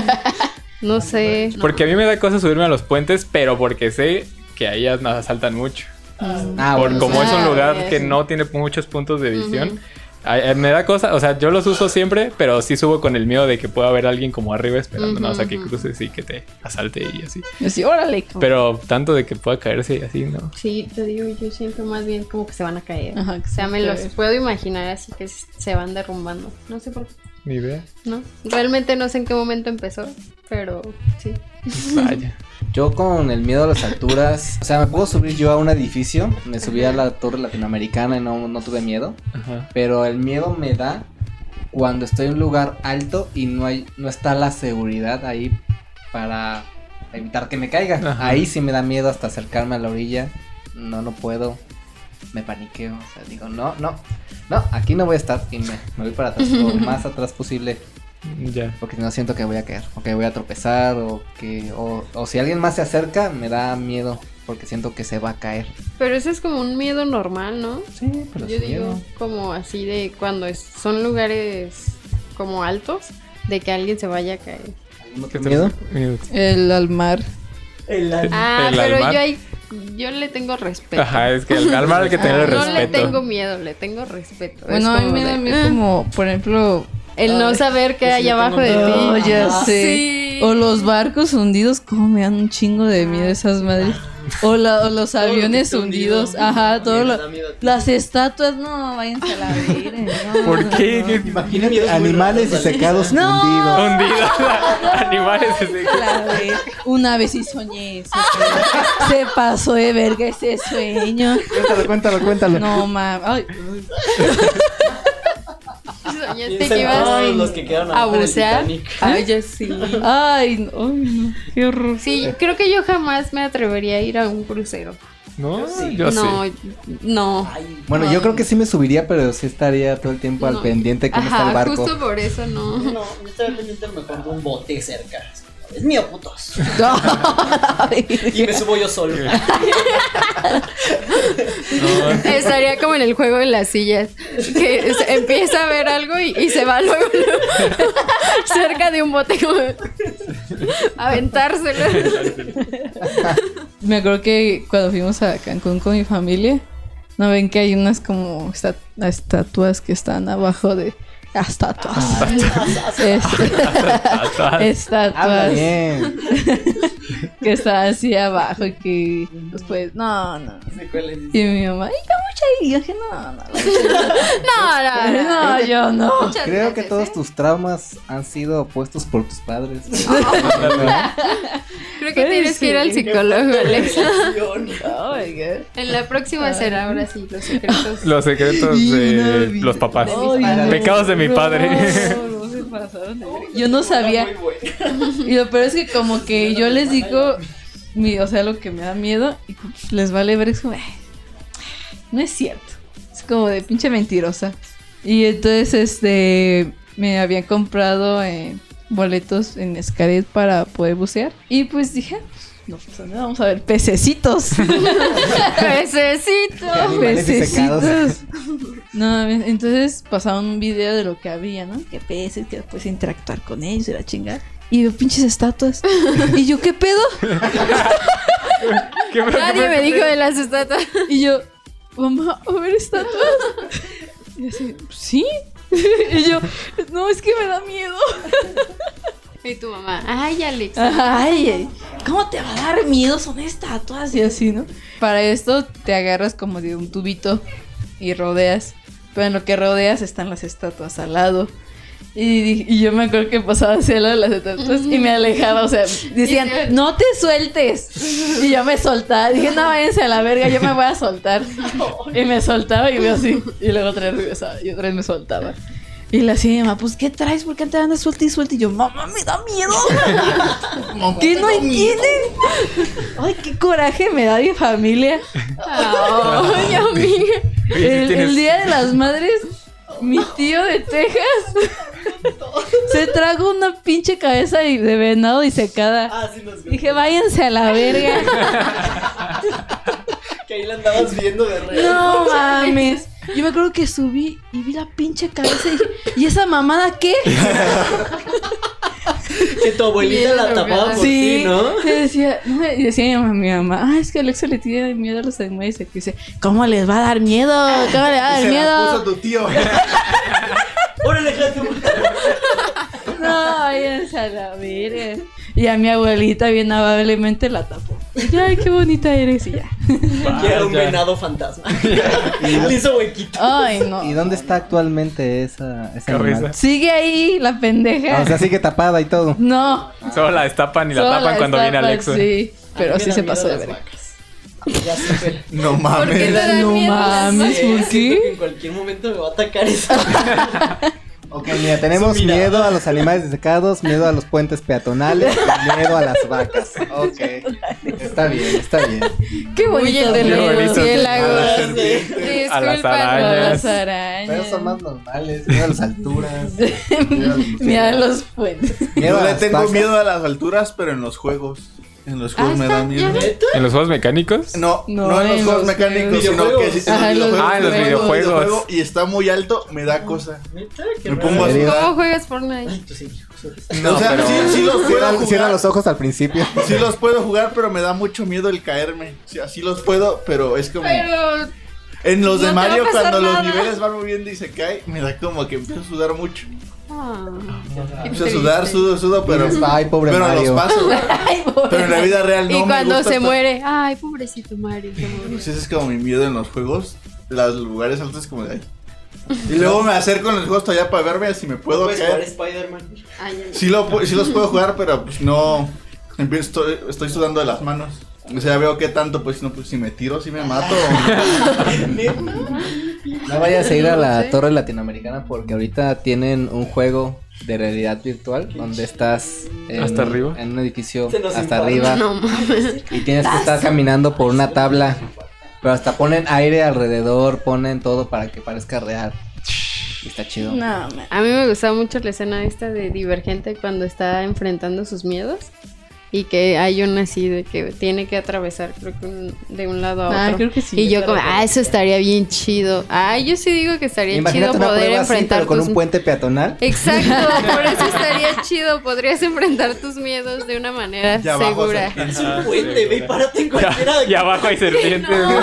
Ah, No sé. Porque a mí me da cosa subirme a los puentes, pero porque sé que ahí as- nos asaltan mucho. Ah, Por, bueno, como sí. es un Ah, lugar ok, que sí. no tiene muchos puntos de visión. ay, ay, Me da cosa, o sea, yo los uso siempre, pero sí subo con el miedo de que pueda haber alguien como arriba esperando, ¿no? O sea, que cruces y que te asalte y así. Yo sí, órale. Pero tanto de que pueda caerse y así, ¿no? Sí, te digo, yo siento más bien como que se van a caer. Ajá, que o sea, se me van a los caer. puedo imaginar así que s- se van derrumbando. No sé por qué, Ni idea. ¿no? Realmente no sé en qué momento empezó, pero sí. Vaya. Yo con el miedo a las alturas, o sea, me puedo subir yo a un edificio, me subí a la torre latinoamericana y no, no tuve miedo, Ajá. pero el miedo me da cuando estoy en un lugar alto y no hay, no está la seguridad ahí para evitar que me caiga. Ajá. Ahí sí me da miedo hasta acercarme a la orilla, no, no puedo, me paniqueo, o sea, digo, no, no, no, aquí no voy a estar y me, me voy para atrás, lo más atrás posible Ya. porque no siento que voy a caer, o que voy a tropezar, o que, o, o si alguien más se acerca, me da miedo, porque siento que se va a caer. Pero eso es como un miedo normal, ¿no? Sí, pero Yo es digo miedo. como así de cuando es- son lugares como altos, de que alguien se vaya a caer. ¿Alguno ¿Qué tiene miedo? Miedo. El al mar. El alma. Ah, El pero alma. yo ahí, yo le tengo respeto. Ajá, es que al al mar hay que tener Ah, respeto. no le tengo miedo, le tengo respeto. Es Bueno, a mí como me de, da miedo "Ah". como, por ejemplo, El no Ay, saber qué yo sí hay le abajo tengo de ti. miedo. Oh, ya Ajá. sé. Ah, Sí. O los barcos hundidos, como me dan un chingo de miedo esas madres. O, la- o los Todo lo que aviones esté hundido. hundidos. Ajá, todo Y lo- les da miedo a ti. Las estatuas, no, váyanse a la ver. no, ¿Por no, qué? no. ¿Qué Imagínate Dios, muy animales raro, disecados No. hundidos. hundido? Animales así. La ver. Una vez sí soñé eso. pero Se pasó de verga ese sueño. Cuéntalo, cuéntalo, cuéntalo. No mames. Soñaste Piensa que en todos los ibas que quedaron a abajo del bucear. Titanic. Ay, yo sí. Ay, ¿eh? ay, no, ay, no. Qué horror. Sí, creo que yo jamás me atrevería a ir a un crucero. No, Sí. yo no, sí. no. Ay, Bueno, yo Ay. creo que sí me subiría, pero sí estaría todo el tiempo al No. pendiente cómo está el Ajá, barco. justo por eso no. no, yo estaba pendiente a lo mejor de un bote cerca. Es mío, putos. Y me subo yo solo. No, Estaría como en el juego de las sillas, que se- empieza a ver algo y, y se va luego, luego cerca de un bote como aventárselo. Me acuerdo que cuando fuimos a Cancún con mi familia, ¿no ven que hay unas como esta- estatuas que están abajo de... ah, Estatuas. Este- Habla estatuas bien. que están así abajo y que después... No, no. Y mi mamá, ¡ay, qué mucha! Y yo dije, no, no. No, no, no. No, yo no. Muchas Creo que gracias, todos ¿eh? tus traumas han sido puestos por tus padres. ¿eh? Creo que Puede tienes que ir al ser. psicólogo, ¿eh? Alexa. Oh, my God. En la próxima será ahora sí los secretos. Los secretos de los papás. Ay, no. Pecados de mi padre. No, no, se pasaron de verga. Yo no sabía. Y lo peor es que como que yo les digo, mi, o sea, lo que me da miedo, y como que les vale ver, es como, "Ay, no es cierto. Es como de pinche mentirosa. Y entonces, este, me habían comprado eh, boletos en Xcaret para poder bucear. Y pues dije, "Ah, pues, no pasa nada, vamos a ver pececitos. Necesito. Animales disecados. Pececitos. No, entonces pasaron un video de lo que había, ¿no? Que peces, que después interactuar con ellos y la chingada. Y veo pinches estatuas. Y yo, ¿qué pedo? ¿Qué me- Nadie me dijo de las estatuas. Y yo, mamá, ¿va a ver estatuas? Y así, ¿sí? Y yo, no, es que me da miedo. Y tu mamá. Ay, Alex. Ay, ¿cómo te va a dar miedo? Son estatuas y así, ¿no? Para esto te agarras como de un tubito y rodeas. Pero en lo que rodeas están las estatuas al lado. Y, di- y yo me acuerdo que pasaba hacia el lado de las estatuas y me alejaba. O sea, decían, Y te- no te sueltes. Y yo me soltaba. Dije, no, váyanse a la verga, yo me voy a soltar. Y me soltaba y veo así. Y luego otra vez regresaba y otra vez me soltaba. Y la hacía mi mamá, pues, ¿qué traes? ¿Por qué te andas suelta y suelta? Y yo, mamá, me da miedo. ¿Qué no entienden? Ay, qué coraje me da mi familia. Pues Ay, amiga. Oye, sí El, tienes- el Día de las Madres, mi tío de Texas se trajo una pinche cabeza de de venado disecada. Ah, sí nos veo. Dije, váyanse a la verga. Que ahí la andabas viendo de re. No mames. Yo me acuerdo que subí y vi la pinche cabeza y dije, ¿y esa mamada qué? Que tu abuelita Bien la tapaba drogada. por ti, ¿no? Y decía, no, y decía mi mamá, mi mamá, ah, es que Alexa le tiene miedo a los animales. Y dice, ¿cómo les va a dar miedo? ¿Cómo les va a dar Se la miedo? puso tu tío. Órale, déjate No, váyanse a la verga. Y a mi abuelita bien amablemente la tapó. Y yo, Ay, qué bonita eres y ya. Que era un Vaya. venado fantasma. Le hizo huequito. Ay, no. ¿Y dónde está actualmente esa, esa Cabeza. Sigue ahí la pendeja. O sea, sigue tapada y todo. no. Solo la destapan Ah, y la solo tapan cuando viene estafa, Alexa. Sí, A pero mí me sí da se miedo pasó de las verga. vacas. Ya súper. No ¿Por qué te mames. dan No miedo? las mames. vacas? por qué? En cualquier momento me va a atacar esa. Ok, mira, tenemos Su mirada. miedo a los animales disecados, miedo a los puentes peatonales, y miedo a las vacas. Ok. Está bien, está bien. Qué bonito Huyen de de Qué bonito. los Ah, A la murciélagos. serpiente. A las arañas. las Pero arañas. son más normales, miedo a las alturas. miedo a los- Mira los puentes. Miedo Yo a le las tengo vacas. miedo a las alturas, pero en los juegos. En los Ah, juegos me da miedo. ¿En los juegos mecánicos? No, No, no, en los en juegos los mecánicos, sino videojuegos. que si Ajá, en los Ah, en los videojuegos. videojuego y está muy alto, me da cosa. Neta, qué Me raro. pongo a Querido. sudar. ¿Cómo juegas Fortnite? Ay, tus hijos. o sea, pero- sí, sí los puedo Cierra, cierra jugar. los ojos al principio. Sí los puedo jugar, pero me da mucho miedo el caerme. Sí, así los puedo, pero es como Pero en los no de te va a Mario pasar cuando nada. los niveles van moviendo y se cae, me da como que empiezo a sudar mucho. Ah. Empiezo a sudar, sudo, sudo, pero. Dices, "Ay, pobre pero Mario". los paso. Ay, Pero en la vida real no Y me cuando gusta se estar- muere, ay, pobrecito Mario. se murió. Pues ese es como mi miedo en los juegos. Los lugares altos como de ahí. Y luego me acerco en los juegos todavía para verme si me puedo Puedes jugar caer. Pues, Spider-Man. Ay, ya no. Sí, lo, pu- sí los puedo jugar, pero pues no. Empiezo, estoy, estoy sudando de las manos. O sea, veo qué tanto, pues no, pues si me tiro, si me mato. No vayas a ir a No la sé. torre latinoamericana porque ahorita tienen un juego de realidad virtual donde estás en, ¿Hasta arriba? en un edificio Se nos hasta infarta. arriba No mames. y tienes que estar caminando por una tabla. Pero hasta ponen aire alrededor, ponen todo para que parezca real. Y está chido. No, man. A mí me gustaba mucho la escena esta de Divergente cuando está enfrentando sus miedos. Y que hay una así de que tiene que atravesar, creo que un- de un lado a otro. Ah, creo que sí, Y yo ya como, recuerdo. ah, eso estaría bien chido. Ah, yo sí digo que estaría Imagínate chido una poder prueba así, enfrentar pero con tus- un puente peatonal. Exacto, por eso estaría chido. Podrías enfrentar tus miedos de una manera Ya abajo, segura. o sea, Es Ah, un puente, ve, seguro. párate en cualquiera Y de abajo hay serpientes güey,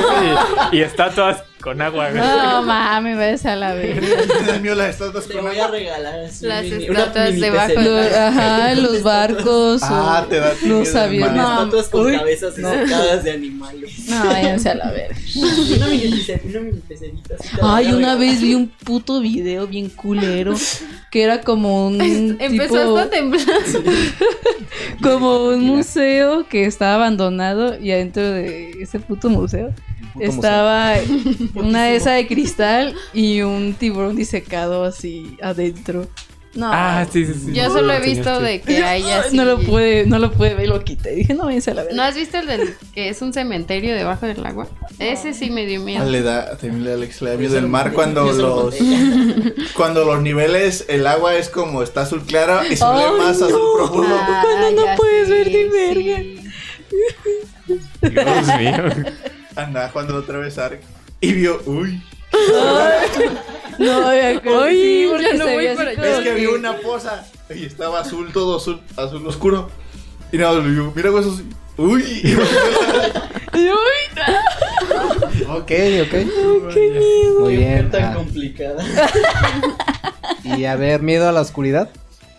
y, y estatuas con agua, güey. No, mami, ves a la verga. Dios mío, las estatuas Te con voy a agua. regalar así Las mini- estatuas mini debajo pecera. Los- ajá, los barcos. Ah, o- te da miedo, Los aviones. hermano. No, Estatuas con uy, cabezas no. escadas de animales. No, váyanse a la verga. Una mini pecer- una mini pecerita. así te la voy Ay, a una regalar. vez vi un puto video bien culero que era como Mm, un Empezó tipo- hasta a temblar. como un museo que estaba abandonado y adentro de ese puto museo Puto estaba una esa de cristal y un tiburón disecado así adentro. No. Ah, sí, sí, sí. Yo solo he este visto de que hay así. No lo pude, no lo pude ver y lo quité. Dije, no váyanse a la ¿No verga. has visto el del que es un cementerio debajo del agua? Ese sí me dio Ah, miedo. Le da, también le da Alex, le da miedo se el lo mar conté, cuando yo se lo los cuando los niveles, el agua es como está azul clara y sube Ay, más azul no. profundo. Cuando no Ah, ya puedes sé, ver ni sí. verga. Dios mío. Anda, cuando lo atravesar y vio, uy, No, me acuerdo, Ay, sí, ya porque no se voy veía así para allá. como es que vio una poza y estaba azul todo azul, azul oscuro. Y nada, le digo, mira huesos, uy, y Y, "Uy, Ok, ok. Muy bien. tan ah, complicada. y a ver, miedo a la oscuridad.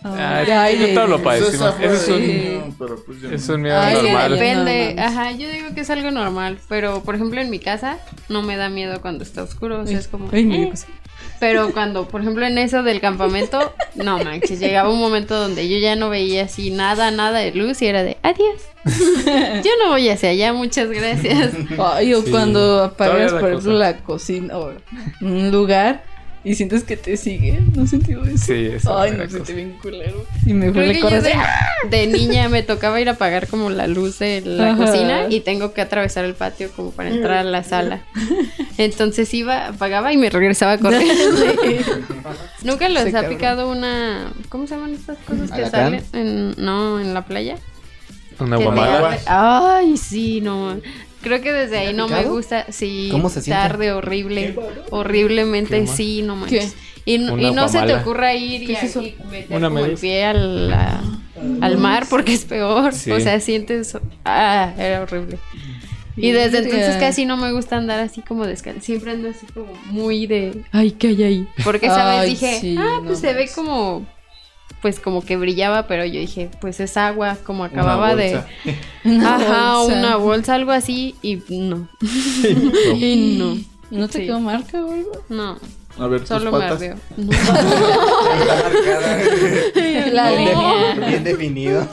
Ah, Ay, yo todo lo de- padecimos. Eso es un, sí. un, pero pues yo es no. un miedo Ay, Es que normal. depende. No mames. Ajá, yo digo que es algo normal. Pero, por ejemplo, en mi casa no me da miedo cuando está oscuro. O sea, es como. Ay, me dio eh. cosa. Pero cuando, por ejemplo, en eso del campamento, no manches, llegaba un momento donde yo ya no veía así nada, nada de luz y era de adiós. Yo no voy hacia allá, muchas gracias. Ay, o Sí. cuando apagas, Todavía la por cosa. ejemplo, la cocina o un lugar y sientes que te sigue. ¿No has sentido eso? Sí, eso Ay, me no, da sentí cosa. bien culero. Y mejor Creo le que yo corres. de, de niña me tocaba ir a apagar como la luz de la Ajá. cocina y tengo que atravesar el patio como para entrar a la sala. Entonces iba, apagaba y me regresaba corriendo. Nunca los Sí, ha cabrón. picado una. ¿Cómo se llaman estas cosas que ¿Alacrán? salen? en- no, en la playa. Una Que te guamala. arde- Ay, sí, no. Creo que desde ahí no me picado? gusta. Sí, ¿Cómo se siente? tarde, horrible. Horriblemente, ¿Qué más? sí, no manches. Y, n- y Una no se te guamala. ocurra ir y, ¿Qué es eso? y meter Una como el medusa. pie a la- al mar porque es peor. Sí. O sea, sientes. Ah, era horrible. Y desde Verga. entonces casi no me gusta andar así como descalzo. Siempre ando así como muy de. Ay, ¿qué hay ahí? Porque sabes, Ay, dije, sí, ah, no pues se ve manches. como. Pues como que brillaba, pero yo dije, pues es agua, como Una acababa de. bolsa. Ajá, bolsa. una bolsa, algo así, y no. y no. ¿No te Sí. quedó marca o algo? No, A ver, tus solo me patas. ardió. No. La Bien línea. defi- Bien definido.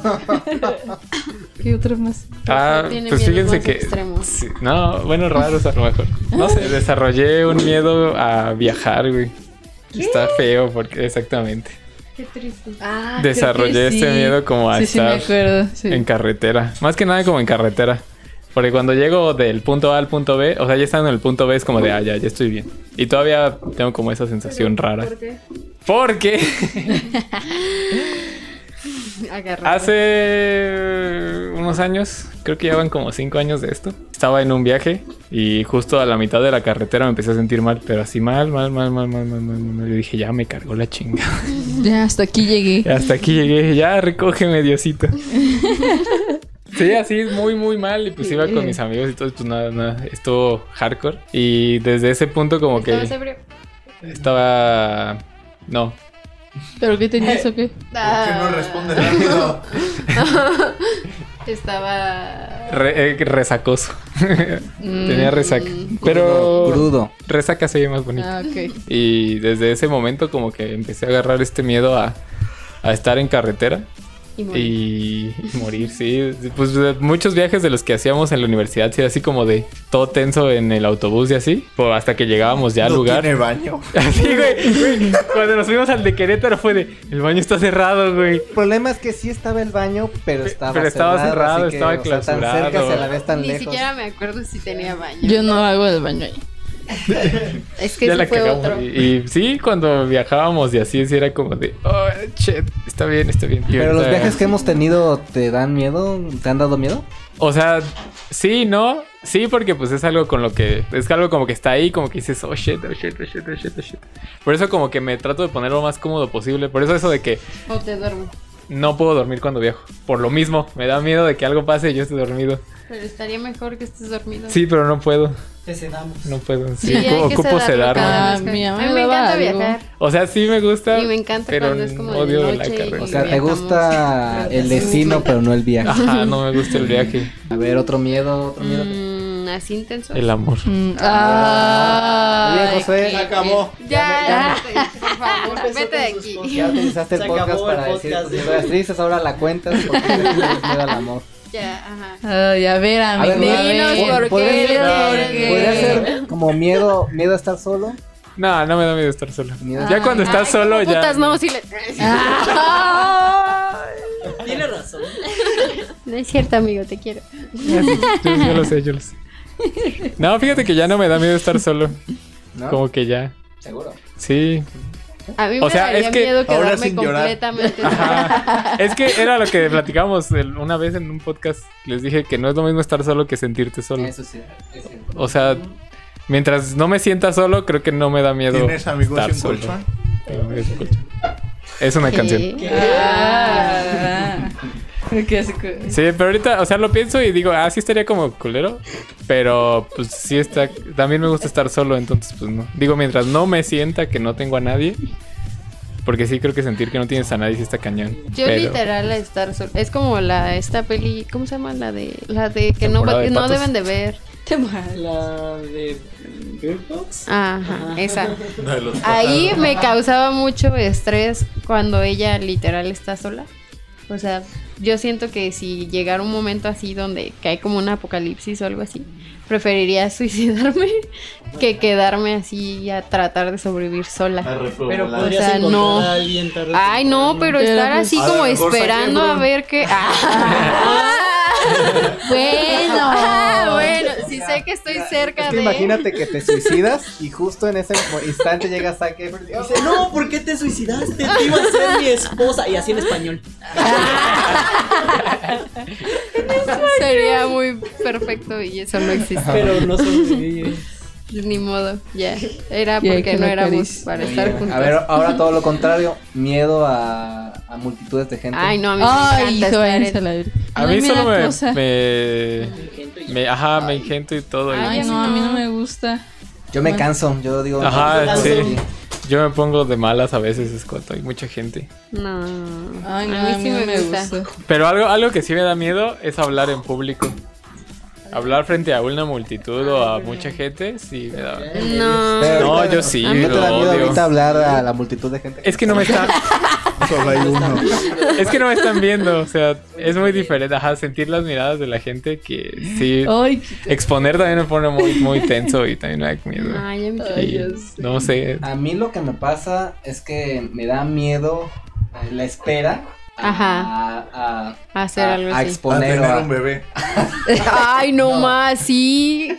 ¿Qué otra más? Ah, Tiene pues miedos fíjense más que. extremos. sí, no, bueno, raros a lo mejor. No sé, desarrollé un miedo a viajar, güey. Está feo, porque exactamente. Qué triste. Ah, Desarrollé este miedo como a Sí, sí, me estar acuerdo. Sí. en carretera. Más que nada como en carretera. Porque cuando llego del punto A al punto B, o sea, ya estando en el punto B es como de, ah, ya, ya estoy bien. Y todavía tengo como esa sensación rara. Porque Agarrado. hace unos años, creo que ya van como cinco años de esto, estaba en un viaje y justo a la mitad de la carretera me empecé a sentir mal, pero así mal, mal, mal, mal, mal, mal, mal, mal. Y dije, ya me cargó la chingada. Ya, hasta aquí llegué. Hasta aquí llegué, ya recógeme, Diosito. Sí, así es muy, muy mal. Y pues iba con mis amigos y todo, pues nada, nada. Estuvo hardcore. Y desde ese punto, como que Estabas ebrio. estaba. No, ¿Pero qué tenías o qué? ¿Por qué Ah. no responde rápido? Estaba. mm, Re- eh, resacoso. Tenía resaca. Pero. Crudo. Resaca se ve más bonito. Ah, ok. Y desde ese momento como que empecé a agarrar este miedo a, a estar en carretera Y morí. y, y morir, sí. Pues de muchos viajes de los que hacíamos en la universidad, sí, así como de todo tenso en el autobús y así, pues, hasta que llegábamos ya al ¿No lugar. tiene baño? Así, güey, güey. Cuando nos fuimos al de Querétaro fue de, el baño está cerrado, güey. El problema es que sí estaba el baño, pero Pe- estaba pero estaba cerrado, así que, estaba o sea, clausurado. tan cerca se la ves tan Ni lejos. siquiera me acuerdo si tenía baño. Yo no hago el baño ahí. Es que ya ese la fue cagamos. otro. Y, y sí, cuando viajábamos y así, sí era como de, oh, shit, está bien, está bien. Y Pero los ahorita- viajes que hemos tenido, ¿te dan miedo? ¿Te han dado miedo? O sea, sí, ¿no? Sí, porque pues es algo con lo que... Es algo como que está ahí, como que dices, oh shit, oh shit, oh shit, oh shit, oh shit. Por eso como que me trato de poner lo más cómodo posible. Por eso eso de que O te duermo. no puedo dormir cuando viajo. Por lo mismo, me da miedo de que algo pase y yo esté dormido. Pero estaría mejor que estés dormido. Sí, pero no puedo, Te sedamos. no puedo. Sí, Sí, hay que ocu- ocupo sedarlo sedarme. cada Ah, vez que- mi a mamá mí me me daba encanta algo. viajar. O sea, sí me gusta. Y me encanta pero cuando es como de odio la noche y- carrera. O sea, ¿te viajamos. gusta el destino, pero no el viaje? Ajá, no me gusta el viaje. A ver, otro miedo, otro miedo. Mm, así intenso. El amor. Mm, Ah, ah, Muy bien, ay, José. Se acabó. Ya, por favor, vete de aquí. Ya utilizaste el Se podcast acabó el para decir podcast. tus historias tristes, ahora la cuentas porque le tienes miedo al amor. Ya, ajá. Ay, a ver, a A ver, mí. Dinos a ver. por qué, Dinos ¿por qué? Podría ser como miedo, miedo a estar solo. No, no me da miedo estar solo. Miedo. Ya cuando estás Ay, solo, como ya... Putas, no, sí le... Ah. Tiene razón. No es cierto, amigo, te quiero. Ya sé, Yo, yo lo sé, yo lo sé. No, fíjate que ya no me da miedo estar solo. ¿No? Como que ya. Seguro. Sí. A mí O me sea, daría es que miedo ahora quedarme sin llorar. completamente Ajá. Es que era lo que platicábamos el- una vez en un podcast. Les dije que no es lo mismo estar solo que sentirte solo. Eso sí. eso sí. O sea, mientras no me sienta solo, creo que no me da miedo. ¿Tienes amigos estar sin solo. colchón? Tengo amigos sin colchón. Es una canción. Sí. Ah, qué asco. Sí, pero ahorita, o sea, lo pienso y digo, ah, sí estaría como culero. Pero pues sí está. También me gusta estar solo, entonces pues no. Digo, mientras no me sienta que no tengo a nadie. Porque sí creo que sentir que no tienes a nadie sí está cañón. Yo pero- literal a estar sola. Es como la esta peli, ¿cómo se llama? La de la de que no, Temporada de no patos. deben de ver. Qué mal. La de Bird Box. Ajá, esa. No, de los Ahí me causaba mucho estrés cuando ella literal está sola. O sea, yo siento que si llegara un momento así donde cae como un apocalipsis o algo así, preferiría suicidarme que quedarme así a tratar de sobrevivir sola. Pero Pero podrías O sea, encontrar no. a alguien tarde. o Ay, no, pero temprano. estar pues- así A como lo mejor saqué, esperando a Bruno. ver qué. Ah. bueno, Ah, bueno, si sé que estoy cerca Es que de. imagínate que te suicidas y justo en ese mo- instante llega Zac Efron y dice, Dice, no, ¿por qué te suicidaste? Te iba a ser mi esposa. Y así en español. Sería muy perfecto y eso no existe. Pero no sobreviví. Ni modo, ya. Era Y hay que porque no no éramos acarici- para "Oye, estar juntos. A ver, ahora todo lo contrario, miedo a, a multitudes de gente. Ay, no, a mí Ay, me hijo, encanta váyanse estar en- a la verga. A Ay, mí me solo da me, cosa. me, me- Ajá, me ingento y todo. y- Ay, no, a mí no me gusta. Yo me canso, yo digo. Ajá, no, sí. no, Yo me pongo de malas a veces, es cuando hay mucha gente. No. Ay, no, a mí, no me gusta. Pero algo, algo que sí me da miedo es hablar en público. Hablar frente a una multitud o a mucha gente, sí me da miedo. eh, No. Pero No, ahorita- yo sí, ¿No te lo da miedo odio. ahorita hablar a la multitud de gente? Es que no me están, Solo hay uno. es que no me están viendo, o sea, es muy diferente, ajá, sentir las miradas de la gente que sí Ay, exponer también me pone muy muy tenso y también me da miedo. Ay, a mí- Ay, Y, ya sé. no sé, A mí lo que me pasa es que me da miedo eh, la espera. a- Ajá. A, a- Hacer a- algo a así. A exponer. tener a- un bebé. Ay, no, más, sí.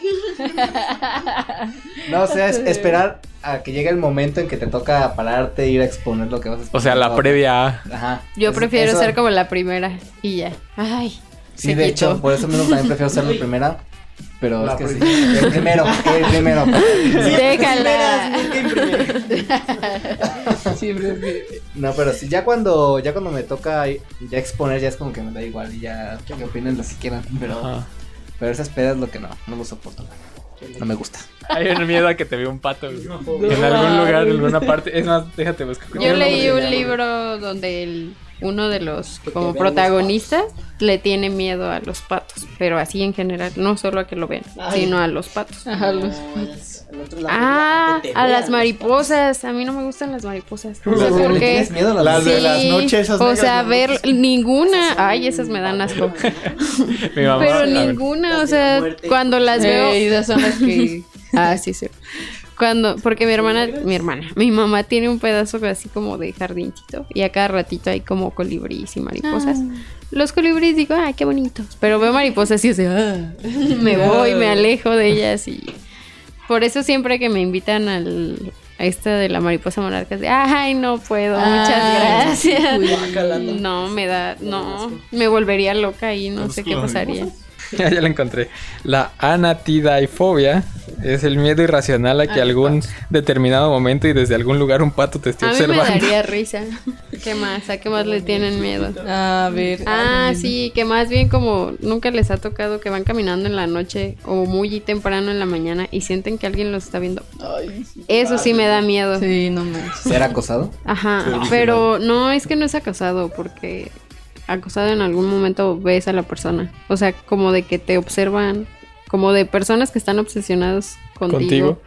No, o sea, es esperar a que llegue el momento en que te toca pararte, ir a exponer lo que vas a exponer. o sea, la previa A. Ajá. Yo Es- prefiero eso- ser como la primera y ya. Ay. Sí, se de quitó. hecho, por eso mismo también prefiero ser la primera. Pero La es que sí. primera. El primero, el primero. Déjala. No, pero sí, ya cuando, ya cuando me toca ya exponer, ya es como que me da igual y ya que opinen lo que quieran. Pero, Ajá. pero esa espera es lo que no, no lo soporto. No me gusta. Hay un miedo a que te vea un pato güey. No, joder. en algún lugar, en alguna parte. Es más, déjate buscar. Yo leí un libro donde el- uno de los como protagonistas le tiene miedo a los patos, pero así en general, no solo a que lo vean, Ay. sino a los patos. Ajá, los- es- al otro lado, Ah, que te a vean las los mariposas. A mí no me gustan las mariposas. No sé ¿Le por qué. tienes miedo a las Las de luces? las noches, esas O negras sea, de ver noches. ninguna. Ay, esas me dan asco. Mi mamá. a Pero ver, ninguna, Las o de la sea, muerte. cuando las Ey, veo. esas son las que. Ah, sí, sí. Cuando, porque mi hermana, mi hermana, mi mamá tiene un pedazo así como de jardincito y a cada ratito hay como colibríes y mariposas. Los colibríes digo, ay, qué bonitos. Pero veo mariposas y es de, "Ah". me voy, me alejo de ellas y por eso siempre que me invitan al a esta de la mariposa monarca es de, ay, no puedo, Ah, muchas gracias. uy, guácala, ¿no? No, me da, no, me volvería loca y no Los sé qué pasaría. Ya, ya la encontré. La anatidaifobia es el miedo irracional a que algún determinado momento y desde algún lugar un pato te esté A mí me observando. daría risa. ¿Qué más? ¿A qué más le tienen miedo? A ver. Ah, ay, sí, que más bien como nunca les ha tocado que van caminando en la noche o muy temprano en la mañana y sienten que alguien los está viendo. ay, Eso sí me da miedo. Sí, no manches. ¿Ser acosado? Ser Ajá, vigilado. pero no, es que no es acosado porque acosado en algún momento ves a la persona. O sea, como de que te observan, como de personas que están obsesionados contigo. Contigo.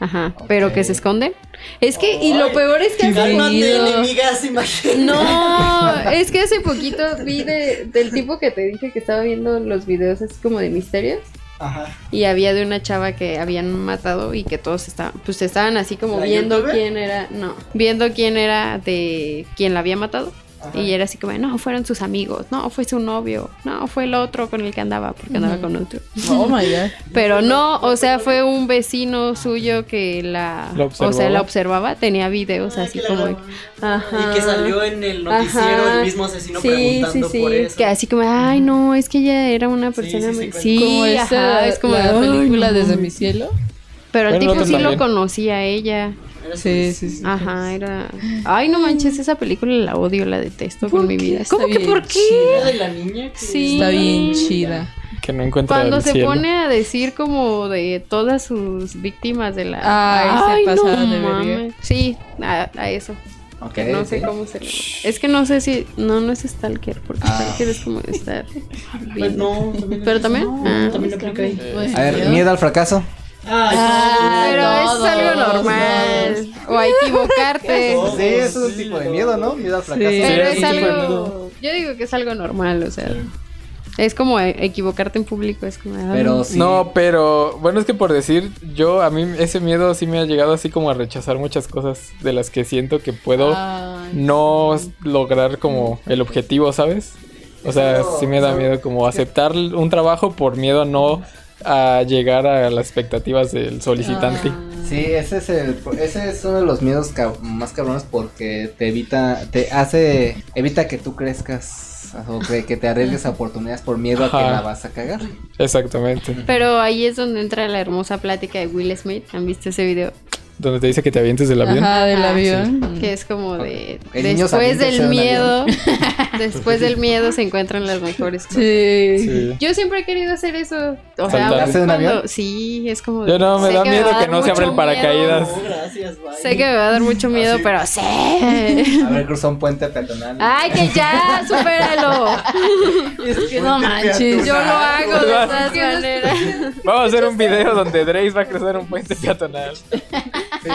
Ajá, pero que se Ok. esconden. Es que, y lo Ay, peor es que... hace- Cálmate, Bienvenido. enemigas, imagínate. No, es que hace poquito vi de- del tipo que te dije que estaba viendo los videos así como de misterios. Ajá. Y había de una chava que habían matado y que todos estaban, pues estaban así como ¿La viendo youtuber? quién era, no, viendo quién era de quien la había matado. Ajá. Y era así como, no, fueron sus amigos, no, fue su novio, no, fue el otro con el que andaba, porque andaba con otro. Oh my god. Pero no, o sea, fue un vecino suyo que la, ¿La o sea, la observaba, tenía videos Ay, así Ah, que la como, grabó. ajá. Y que salió en el noticiero Ajá. el mismo asesino preguntando por eso. Que así como, ay, no, es que ella era una Sí, persona. sí, sí, muy- cuenta. Sí, como ajá, esa, es como la "Ay, película no". desde mi cielo. Pero el Bueno, tipo sí nosotros lo también. conocía a ella. Era su Sí, vecino. sí, sí. Ajá, era. Ay, no manches, esa película la odio, la detesto ¿Por con mi qué? vida. Está ¿Cómo que bien por qué? chida. ¿La de la niña? que Sí. Está bien chida. Que no encuentra Cuando el se cielo. pone a decir como de todas sus víctimas de la. Ay, se pasaba de verga. Sí, a, a eso. Ok. Que no sé ok. cómo se le. Es que no sé si. No, no es stalker, porque stalker es como estar. Pues viendo. Ah. no, también Pero también. Ah. también aplica ahí. Pues Bueno, A ver, miedo al fracaso. Ay, Ah, Pero todos, es algo normal. O a equivocarte. Oh, Sí, eso es un sí, tipo de no. miedo, ¿no? Miedo al fracaso. Sí. Pero es es un tipo de algo. Yo digo que es algo normal, o sea. Es como e- equivocarte en público, es como. ay, Pero sí. No, pero bueno, es que por decir, yo a mí ese miedo sí me ha llegado así como a rechazar muchas cosas de las que siento que puedo Ah. Ah, Ay, no lograr como el objetivo, ¿sabes? O sea, Eso- sí me da eso- miedo como aceptar un trabajo por miedo a no a llegar a las expectativas del solicitante. Ah. Ah, Sí, ese es, el, ese es uno de los miedos cab- más cabrones porque te evita, te hace, evita que tú crezcas o que, que te arriesgues a oportunidades por miedo a Ajá. que la vas a cagar. Exactamente. Pero ahí es donde entra la hermosa plática de Will Smith. ¿Han visto ese video? Donde te dice que te avientes del avión. Ajá, del Ah, avión. Que es como de. Mm. El niño se Después avienta hacia del un miedo. después del miedo se encuentran las mejores cosas. Sí. Sí. Yo siempre he querido hacer eso. O sea, ¿Saltarse aún de un cuando- avión? Sí, es como. Yo no, me sé da va miedo a dar que no se abra el mucho miedo. paracaídas. No, gracias, bye. Sé que me va a dar Ah, mucho miedo, Así. pero sé. A ver, cruzó un puente peatonal. Ay, que ya, supéralo. Es que no manches. Yo lo hago de ¿Verdad? todas maneras. Vamos a hacer un video donde Drake va a cruzar un puente peatonal.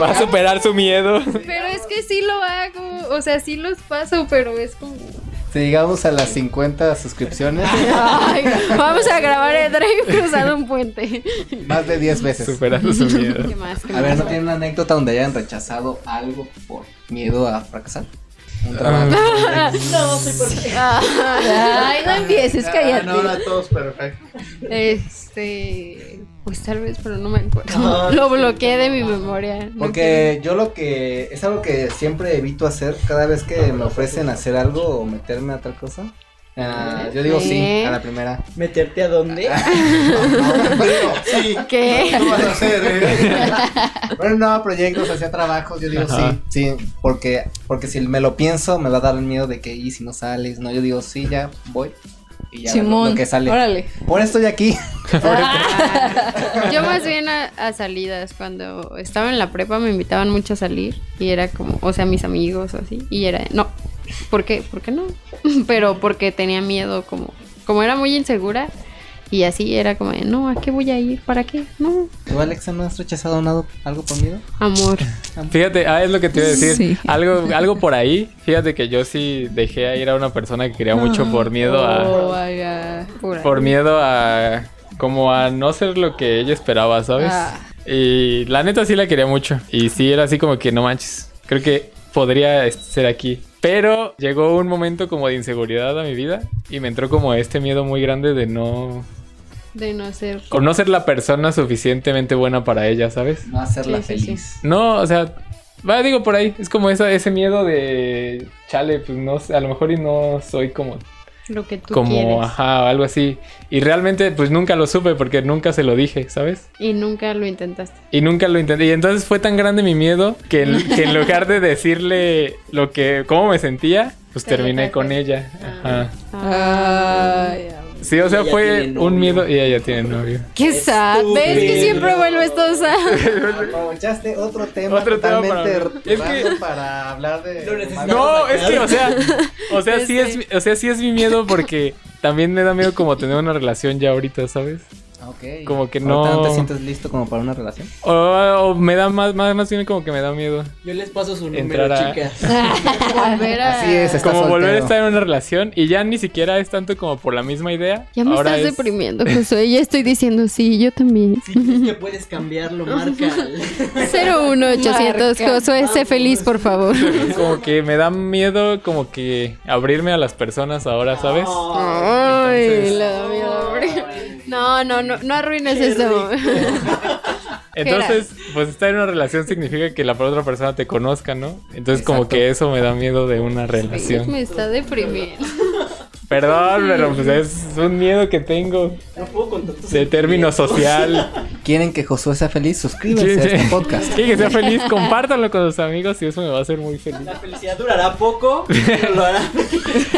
Va a superar su miedo. Pero es que sí lo hago. O sea, sí los paso, pero es como. Si llegamos a las 50 suscripciones, Ay, vamos a grabar el drive cruzando un puente. más de 10 veces. Superando su miedo. ¿Qué más? ¿Qué A ver, más? ¿no tienen una anécdota donde hayan rechazado algo por miedo a fracasar? Un trabajo. Ah. No, soy perfecta. Ah, Ay, no empieces, Ah, cállate. No, no, todos perfecto. Este. Pues tal vez, pero no me acuerdo. No, lo sí, bloqueé de no. mi memoria. no Porque yo lo que es algo que siempre evito hacer cada vez que me ofrecen hacer algo o meterme a tal cosa. ah, yo digo sí ¿Eh? a la primera. ¿Meterte a dónde? Ah. Digo, sí, quiero. ¿Qué? tú vas a hacer, eh. Bueno, no, proyectos, hacía trabajos, yo digo Ajá. sí, sí, porque porque si me lo pienso me va a dar el miedo de que y si no sales, no, yo digo sí, ya voy. y ya Simón. lo, lo que sale. Órale. Por esto estoy aquí. Yo más bien a, a salidas, cuando estaba en la prepa me invitaban mucho a salir y era como, o sea, mis amigos o así, y era, no, ¿por qué? ¿Por qué no? Pero porque tenía miedo, como, como era muy insegura y así era como, de, no, ¿a qué voy a ir? ¿Para qué? No, ¿Tú, Alexa, no has rechazado nada, algo por miedo? amor. Fíjate, ah, es lo que te iba a decir. Sí. Algo, algo por ahí. Fíjate que yo sí dejé a ir a una persona que quería mucho por miedo Oh, a. my God. Pura. Por miedo a. Como a no ser lo que ella esperaba, ¿sabes? Ah. Y la neta sí la quería mucho. Y sí era así como que no manches. Creo que podría este, ser aquí. Pero llegó un momento como de inseguridad a mi vida. Y me entró como este miedo muy grande de no. De no ser. O no ser la persona suficientemente buena para ella, ¿sabes? No hacerla Sí, sí, sí. feliz. No, o sea, va, digo por ahí. Es como esa, ese miedo de, chale, pues no sé, a lo mejor y no soy como, Lo que tú como, quieres. ajá, o algo así. Y realmente, pues nunca lo supe porque nunca se lo dije, ¿sabes? Y nunca lo intentaste. Y nunca lo intenté. Y entonces fue tan grande mi miedo que, en- que en lugar de decirle lo que, cómo me sentía, pues Te Ah. terminé alejaste. con ella. Ajá. Ah, Ay, amor. Sí, o sea, Ella fue tiene un novio. miedo y ella tiene novio. ¿Qué sad? ¿Ves que Estúpido. siempre vuelves todo sad? Aprovechaste otro tema Otro tema para- totalmente r- Es que- raro para hablar de... Lo necesitaba. No, es que, o sea, o sea, Ya sí es, sé. mi- o sea, sí es mi miedo porque también me da miedo como tener una relación ya ahorita, ¿sabes? Ah, Ok. Como que Ahorita no- te sientes listo como para una relación? O, o me da más, más, más bien como que me da miedo. Yo les paso su número, Entrar a- chicas. Volver a- Así es, estás como volver a soltero. estar en una relación y ya ni siquiera es tanto como por la misma idea. Ya me Ahora estás es- deprimiendo, Josué. Ya estoy diciendo sí, yo también. Si crees que puedes cambiarlo, marca. 01800 Marca. Josué, sé feliz, por favor. Como que me da miedo como que abrirme a las personas ahora, ¿sabes? Ay, Entonces- le da miedo abrir. No, no, no, no arruines Qué eso. Entonces, pues estar en una relación significa que la otra persona te conozca, ¿no? Entonces como Exacto. que eso me da miedo de una Dios, relación. me está deprimiendo. Perdón, pero pues es un miedo que tengo No puedo con tantos de término social. ¿Quieren que Josué sea feliz? Suscríbanse a Sí, sí. este podcast. Sí, que sea feliz, compártanlo con sus amigos y eso me va a hacer muy feliz. La felicidad durará poco, pero lo hará.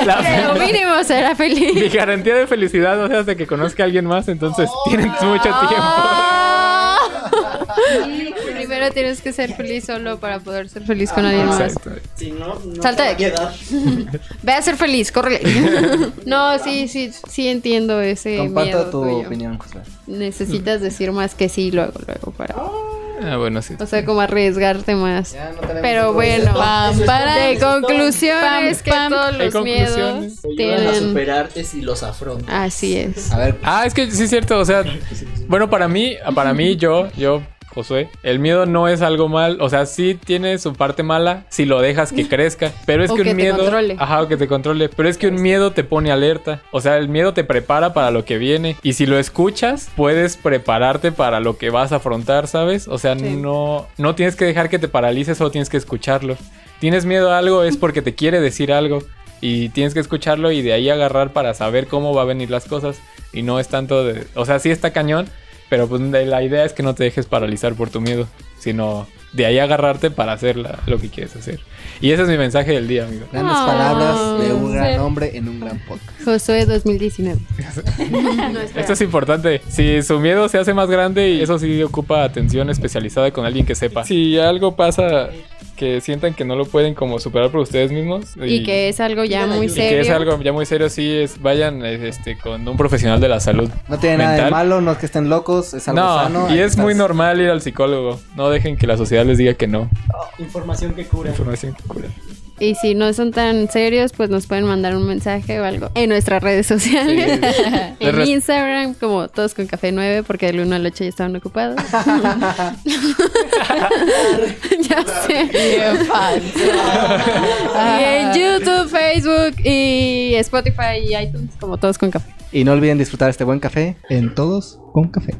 La, Pero mínimo será mi feliz. garantía de felicidad no sea hasta que conozca a alguien más, entonces Oh, tienen mucho tiempo. Ah. Primero tienes que ser feliz solo para poder ser feliz con alguien más. Exacto. Si no, no Salta te va de a aquí. quedar. Ve a ser feliz, córrele. No, sí, sí, sí entiendo ese miedo Comparto tu tuyo. opinión, Josué. Necesitas decir más que sí luego, luego para. Ah, bueno, sí. O sea, como arriesgarte más. Ya, no tenemos Pero otro- bueno, Pam, para pam, de pam, conclusiones que todos Hay los miedos conclusiones. Te ayudan a tienen. superarte si los afrontas. Así es. A ver, Ah, es que sí es cierto, o sea, bueno, para mí, para mí, yo, yo, Josué, el miedo no es algo mal, o sea, sí tiene su parte mala si lo dejas que crezca, pero es O que un que te miedo, controle. ajá, o que te controle, pero es que un miedo te pone alerta, o sea, el miedo te prepara para lo que viene y si lo escuchas, puedes prepararte para lo que vas a afrontar, ¿sabes? O sea, Sí. no, no tienes que dejar que te paralices, solo tienes que escucharlo. Tienes miedo a algo es porque te quiere decir algo y tienes que escucharlo y de ahí agarrar para saber cómo va a venir las cosas y no es tanto de, o sea, sí está cañón, pero pues de- la idea es que no te dejes paralizar por tu miedo, sino de ahí agarrarte para hacer la- lo que quieres hacer. Y ese es mi mensaje del día, amigo. grandes Ah, palabras de un gran sí. hombre en un gran podcast. Josué 2019. No, espera. Esto es importante. Si su miedo se hace más grande y eso sí ocupa atención especializada con alguien que sepa. Si algo pasa que sientan que no lo pueden como superar por ustedes mismos Y que es algo ya muy y que serio. es algo ya muy serio, sí es vayan eh, este con un profesional de la salud. No tiene nada de mental. malo, no es que estén locos, es algo No, sano. y ahí es muy estás. normal ir al psicólogo. No dejen que la sociedad les diga que no. Información que cura. Información que cura. Y si no son tan serios, pues nos pueden mandar un mensaje o algo en nuestras redes sociales. Les en res- Instagram, como todos con café 9, porque del 1 al 8 ya estaban ocupados. ya sé. Bien falso. Y Ah. en YouTube, Facebook y Spotify y iTunes, como todos con café. Y no olviden disfrutar este buen café en todos con café.